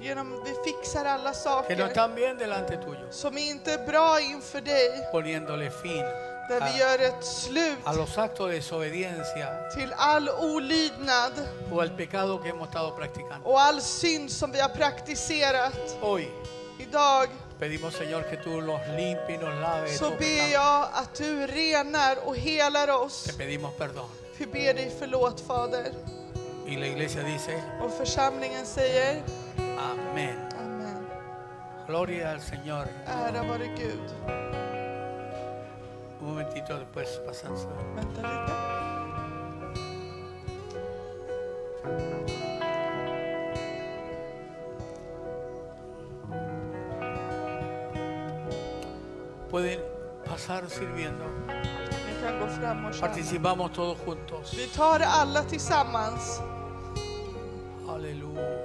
B: Genom vi fixar alla
A: que no
B: saker
A: están bien delante tuyo,
B: som inte är bra inför dig.
A: poniéndole fin
B: Där vi
A: a,
B: gör ett slut
A: a los actos de desobediencia
B: till all olydnad
A: o al pecado que hemos estado practicando.
B: och all synd som vi har praktiserat.
A: Hoy
B: Idag
A: pedimos, Señor, que tú los limpies y nos laves. de
B: så
A: todo
B: ber
A: pecado.
B: jag att du renar och helar
A: Te
B: oss.
A: pedimos perdón.
B: Vi ber dig förlåt Fader.
A: Y la iglesia dice,
B: Och församlingen säger
A: amén.
B: Amen.
A: Gloria al Señor.
B: Ära vare Gud.
A: Un momentito después pasamos. a-
B: Vänta lite.
A: Pueden pasar sirviendo.
B: Ni kan gå fram och tjäna.
A: Participamos todos juntos.
B: Vi tar alla tillsammans.
A: Aleluya.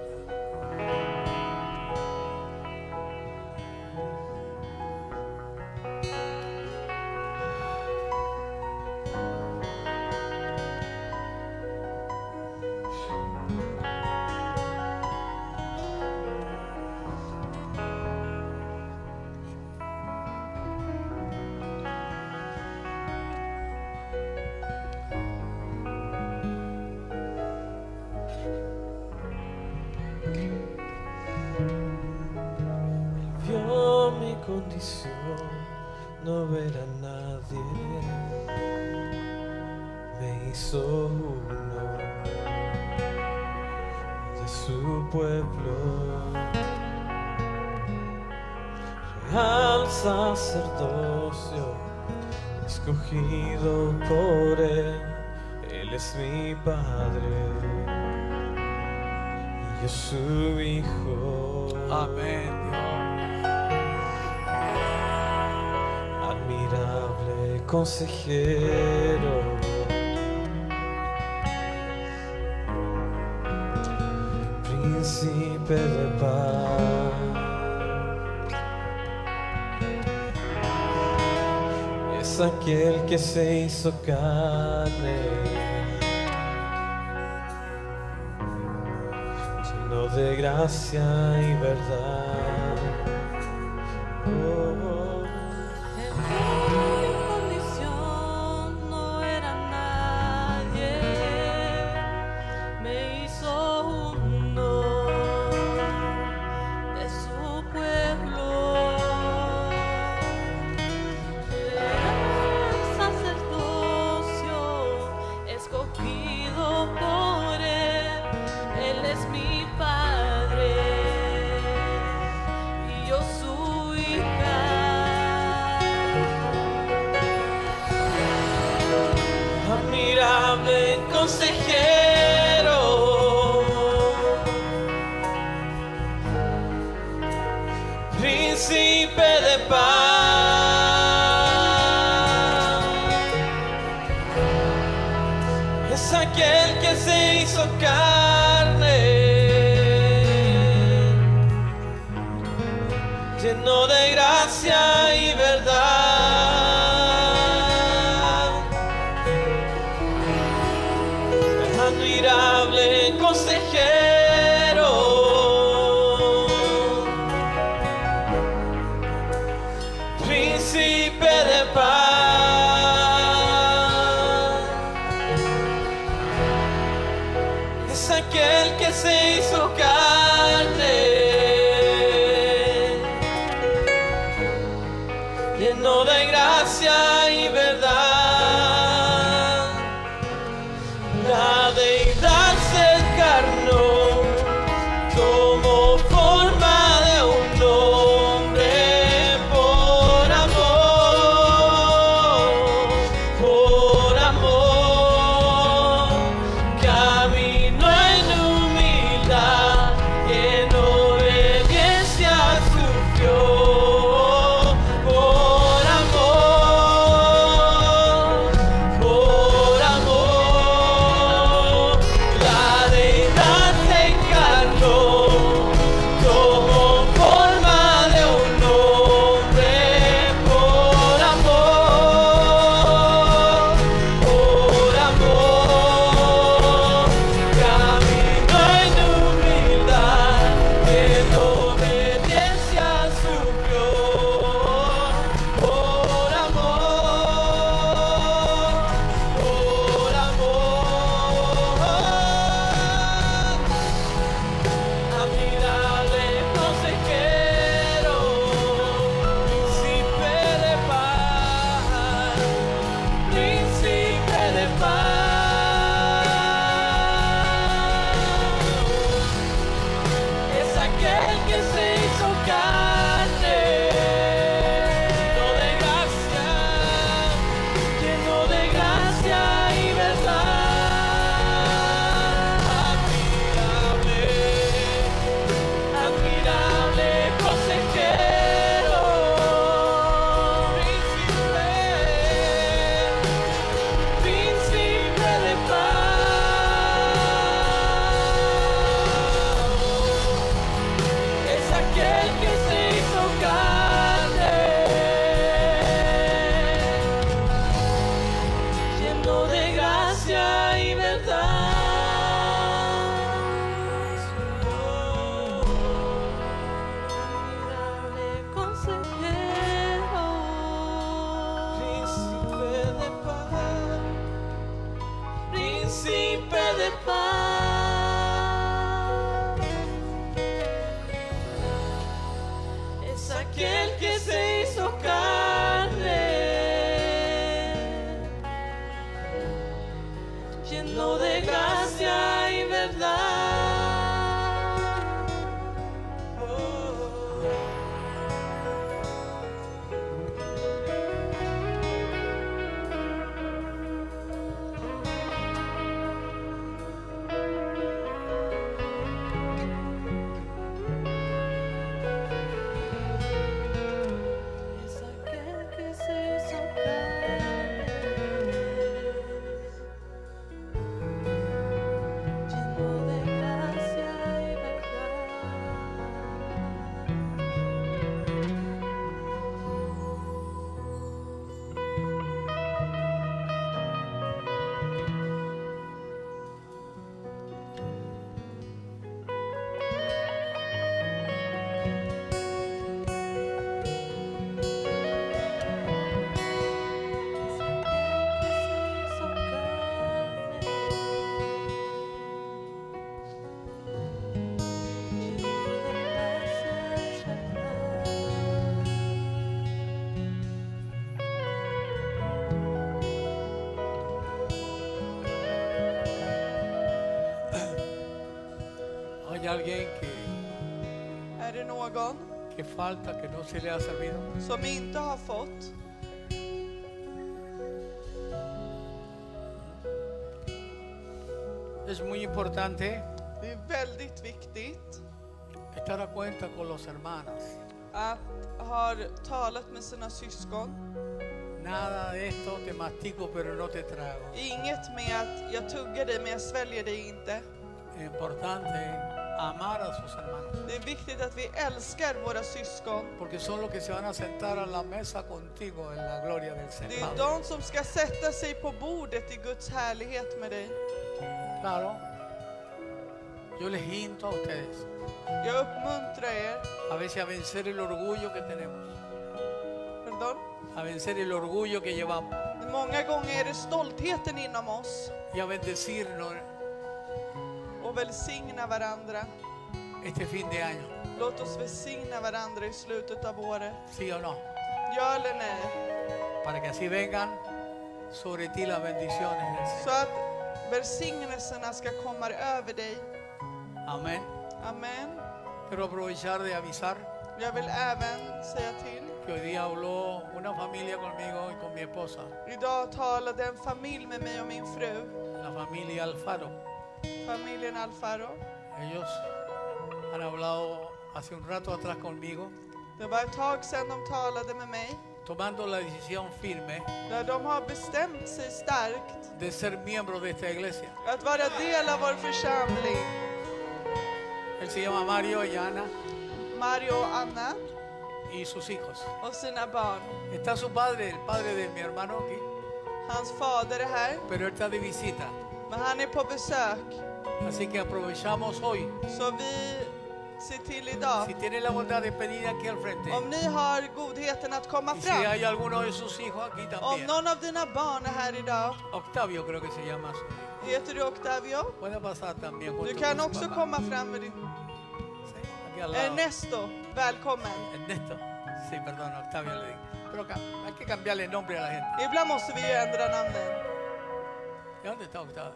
C: vio mi condición, no ver a nadie. Me hizo uno de su pueblo. Real sacerdocio, escogido por él, él es mi padre. y Yo su hijo.
A: Amén, Dios.
C: admirable consejero. Príncipe de paz es aquel que se hizo carne de gracia y verdad. Oh,
D: En mi condición no era nadie, me hizo uno de su pueblo. Era un sacerdocio escogido por él, él es mi padre y yo su hija. Admirable consejero, príncipe de paz, es aquel que se hizo carne lleno de gracia y verdad. Admirable consejero, príncipe de paz, es aquel que se hizo carne lleno de gracia y verdad. La deidad se encarnó, tomó forma de un hombre por amor, por amor. Caminó en humildad, en obediencia sufrió por amor, por amor. La deidad se encarnó, tomó forma de un hombre por amor, por amor. Caminó en humildad, en obediencia sufrió por amor, por amor. Admirable consejero, príncipe de paz, príncipe de paz. Es aquel que se hizo carne, lleno de gracia, lleno de gracia y verdad. Admirable, admirable consejero, príncipe, príncipe de paz. Es aquel que se hizo carne, lleno de gracia y verdad. Oh, admirable consejero, príncipe de paz, príncipe de paz. Es aquel que se hizo carne, lleno de gracia y verdad. Oh. Es aquel que se hizo carne,
A: alguien que,
B: Är det någon
A: que falta, que no se le ha servido?
B: som inte har fått?
A: Es muy importante
B: Det är väldigt viktigt
A: estar a cuenta con los hermanos.
B: att ha talat med sina syskon.
A: Nada de esto te mastico pero no te trago.
B: Inget med att jag tuggar dig men jag sväljer dig inte.
A: Es importante amar a sus hermanos.
B: Det är viktigt att vi älskar våra syskon.
A: Porque son los que se van a sentar a la mesa contigo en la gloria del
B: Det är
A: Señor.
B: de som ska sätta sig på bordet i Guds härlighet med dig.
A: Claro. Yo les hinto a ustedes
B: Jag uppmuntrar er,
A: a veces a vencer el orgullo que tenemos,
B: pardon.
A: a vencer el orgullo que llevamos
B: Men många gånger är det stoltheten inom oss
A: y a bendecirnos
B: och välsigna varandra.
A: este fin de año.
B: Låt oss välsigna varandra i slutet av året.
A: ¿Sí o no?
B: Ja eller nej?
A: Para que así vengan sobre ti las bendiciones del
B: Så
A: Señor.
B: att välsignelserna ska komma över dig.
A: Amén.
B: Amen.
A: Quiero aprovechar de avisar
B: Jag vill även säga till.
A: que hoy día habló una familia conmigo y con mi esposa,
B: Idag talade en familj med mig och min fru,
A: la familia Alfaro.
B: familjen Alfaro.
A: Ellos han hablado hace un rato atrás conmigo,
B: Det var ett tag sedan de talade med mig.
A: tomando la decisión firme
B: Där de har bestämt sig starkt
A: de ser miembro de esta iglesia.
B: att vara del av vår församling.
A: Él se llama Mario y Ana
B: Mario och Anna
A: y sus hijos.
B: och sina barn.
A: Está su padre, el padre de mi hermano aquí,
B: Hans fader är här,
A: pero él está de visita.
B: men han är på besök.
A: Así que aprovechamos hoy.
B: Så vi ser till
A: Si
B: idag.
A: tiene la bondad de pedir aquí al frente.
B: Om ni har godheten att komma
A: Y si
B: fram.
A: hay alguno de sus hijos aquí
B: Om
A: también.
B: någon av dina barn är här idag,
A: Octavio creo que se llama su hijo.
B: heter du Octavio?
A: Puede pasar también junto
B: Du kan
A: con su
B: också
A: papá.
B: komma fram med din...
A: Sí, aquí al lado.
B: Ernesto, välkommen.
A: Ernesto. Sí, perdón, Octavio le digo. Pero ca- hay que cambiarle el nombre a la gente.
B: Ibland måste vi ju ändra namnen.
A: ¿Y dónde está Octavio?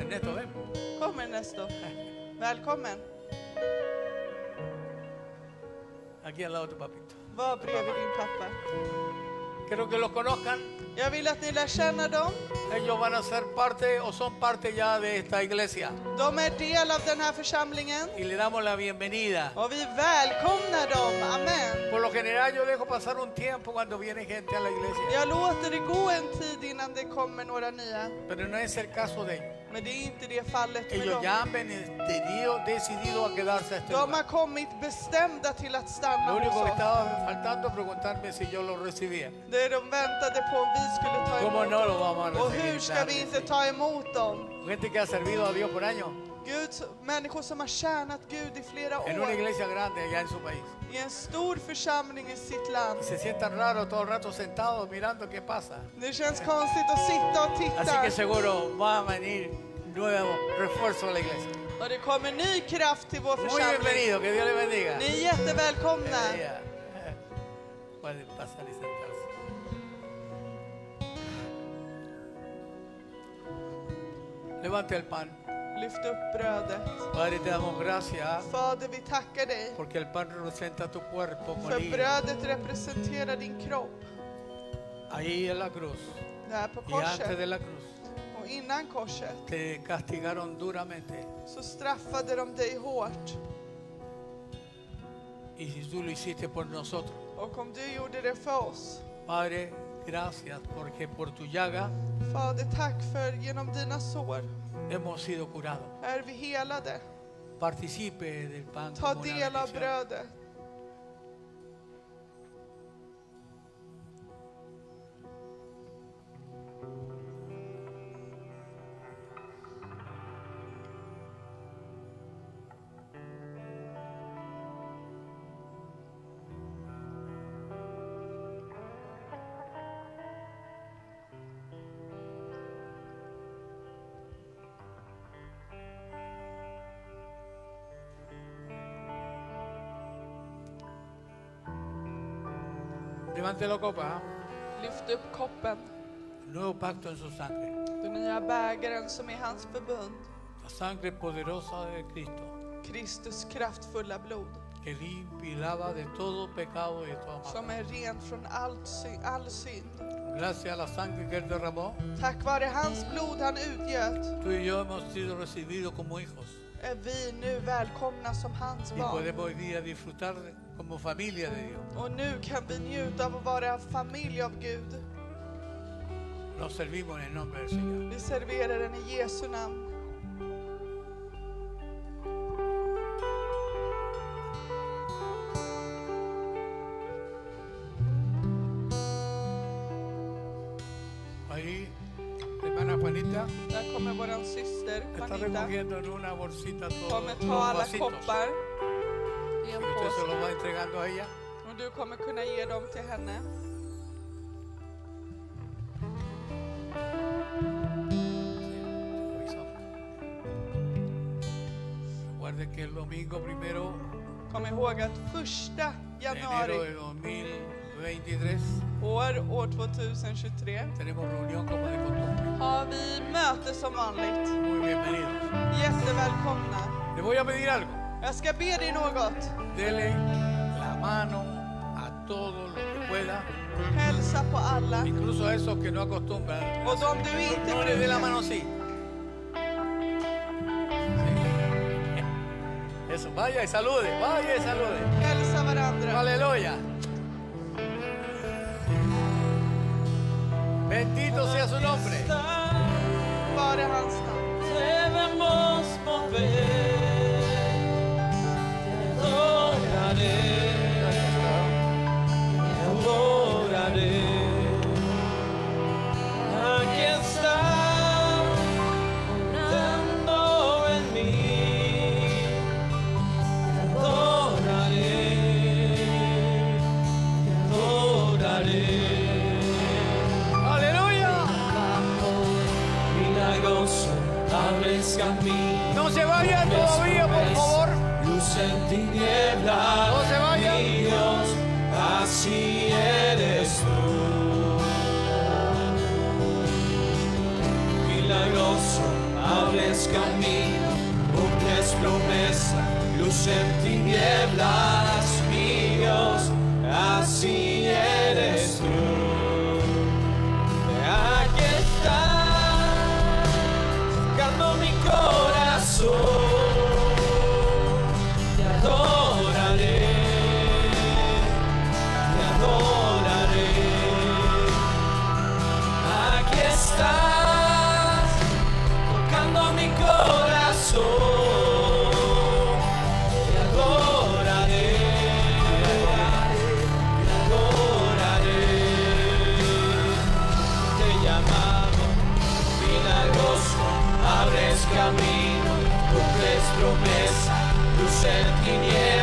A: Ernesto, ven. [laughs]
B: Kom Ernesto. Välkommen.
A: Aquí al lado de tu papito.
B: Var bredvid din pappa.
A: Quiero que los conozcan.
B: Jag vill att ni lär känna dem.
A: Ellos van a ser parte o son parte ya de esta iglesia.
B: De är del av den här församlingen
A: Y le damos la bienvenida.
B: och vi välkomnar dem. Amen.
A: Por lo general yo dejo pasar un tiempo cuando viene gente a la iglesia.
B: Jag låter det gå en tid innan det kommer några nya.
A: Pero no es el caso de ellos.
B: Men det är inte det fallet med
A: Ellos
B: dem.
A: ya han veni- tenido, decidido a quedarse a este
B: De har
A: lugar.
B: kommit bestämda till att stanna
A: Lo único que
B: hos oss.
A: estaba faltando es preguntarme si yo lo recibía.
B: Det de väntade på om vi skulle ta
A: ¿Cómo
B: emot
A: no
B: dem.
A: lo vamos a
B: Och hur ska vi
A: recibir?
B: inte ta emot dem?
A: Gente que ha servido a Dios por años
B: Gud, människor som har tjänat Gud i flera
A: en una
B: år
A: iglesia grande allá en su país.
B: i en stor församling i sitt land.
A: Y se sientan raros todo el rato sentados mirando qué pasa.
B: Det känns konstigt att sitta och
A: Así que
B: titta.
A: seguro va a venir nuevo refuerzo a la iglesia.
B: Och det kommer ny kraft till vår
A: Muy
B: församling.
A: bienvenido, que Dios le bendiga.
B: Ni är jättevälkomna.
A: Bienvenida. [laughs] Pueden pasar y sentarse. Levante el pan.
B: Lyft upp brödet.
A: Padre, te damos gracias
B: Fader, vi tackar dig
A: porque el pan representa tu cuerpo
B: för
A: molido
B: brödet representerar din kropp.
A: ahí en la cruz.
B: Där
A: Y
B: på
A: antes de
B: korset
A: la cruz
B: och innan korset
A: te castigaron duramente.
B: så straffade de dig hårt.
A: Y si tú lo hiciste por nosotros,
B: Och om du gjorde det för oss.
A: Padre, gracias porque por tu llaga
B: Fader, tack för genom dina sår
A: hemos sido curados.
B: är vi helade.
A: Participe del pan.
B: Ta
A: como una
B: del av
A: bendición.
B: brödet.
A: Levante la copa. ¿ah?
B: Lyft upp koppen,
A: Nuevo pacto en su sangre.
B: den nya bägaren som är hans förbund.
A: La sangre poderosa de Cristo.
B: Kristus kraftfulla blod
A: que limpia y lava de todo pecado y de toda
B: som
A: maldad.
B: är rent från allt sy- all
A: Mm.
B: synd.
A: Gracias a la sangre que Él derramó,
B: Tack vare hans blod han utgöt
A: tú y yo hemos sido recibidos como hijos
B: är vi nu välkomna som hans
A: y
B: barn.
A: podemos hoy día disfrutar de- como familia de Dios.
B: Och nu kan vi njuta av att vara familj av Gud.
A: Nos servimos en el nombre del Señor.
B: Vi serverar den i Jesu namn.
A: Ahí, hermana Juanita,
B: Där kommer vår syster
A: está
B: Juanita.
A: recogiendo en una bolsita todos
B: Kommer
A: los
B: ta alla
A: vasitos.
B: koppar i en
A: Y usted se
B: påse.
A: los va entregando a ella.
B: Och du kommer kunna ge dem till henne.
A: Recuerden que el domingo primero
B: Kom ihåg att första
A: de enero de
B: januari
A: 2023
B: år, år 2023
A: tenemos reunión como de costumbre.
B: har vi möte som vanligt.
A: Muy bienvenidos.
B: Jättevälkomna.
A: Le voy a pedir algo.
B: Jag ska be dig något.
A: Dele la mano a todo lo que pueda,
B: Hälsa på alla.
A: incluso a esos que no acostumbran.
B: Och de du inte
A: No le dé la
B: brukar.
A: mano así. Sí. Eso, vaya y salude, vaya y salude.
B: Hälsa varandra.
A: Aleluya. Bendito sea su nombre.
B: Vare hans namn.
D: Debemos mover. Te adoraré, te adoraré. Aquí está, morando en mí. Te adoraré, te adoraré.
A: Aleluya.
D: Milagroso, abres camino.
A: No se vayan todavía, por favor.
D: Luz en tiniebla.
A: No se vayan.
D: Mi Dios, así eres tú. Milagroso, abres camino. Cumples promesa. Luz en tinieblas. Mi Dios, así eres tú. Aquí estás, sacando mi corazón. Te adoraré, te adoraré. Aquí estás, tocando mi corazón. Te adoraré, te adoraré te llamamos, milagroso, abres camino, cumples promesa, luz en tinieblas.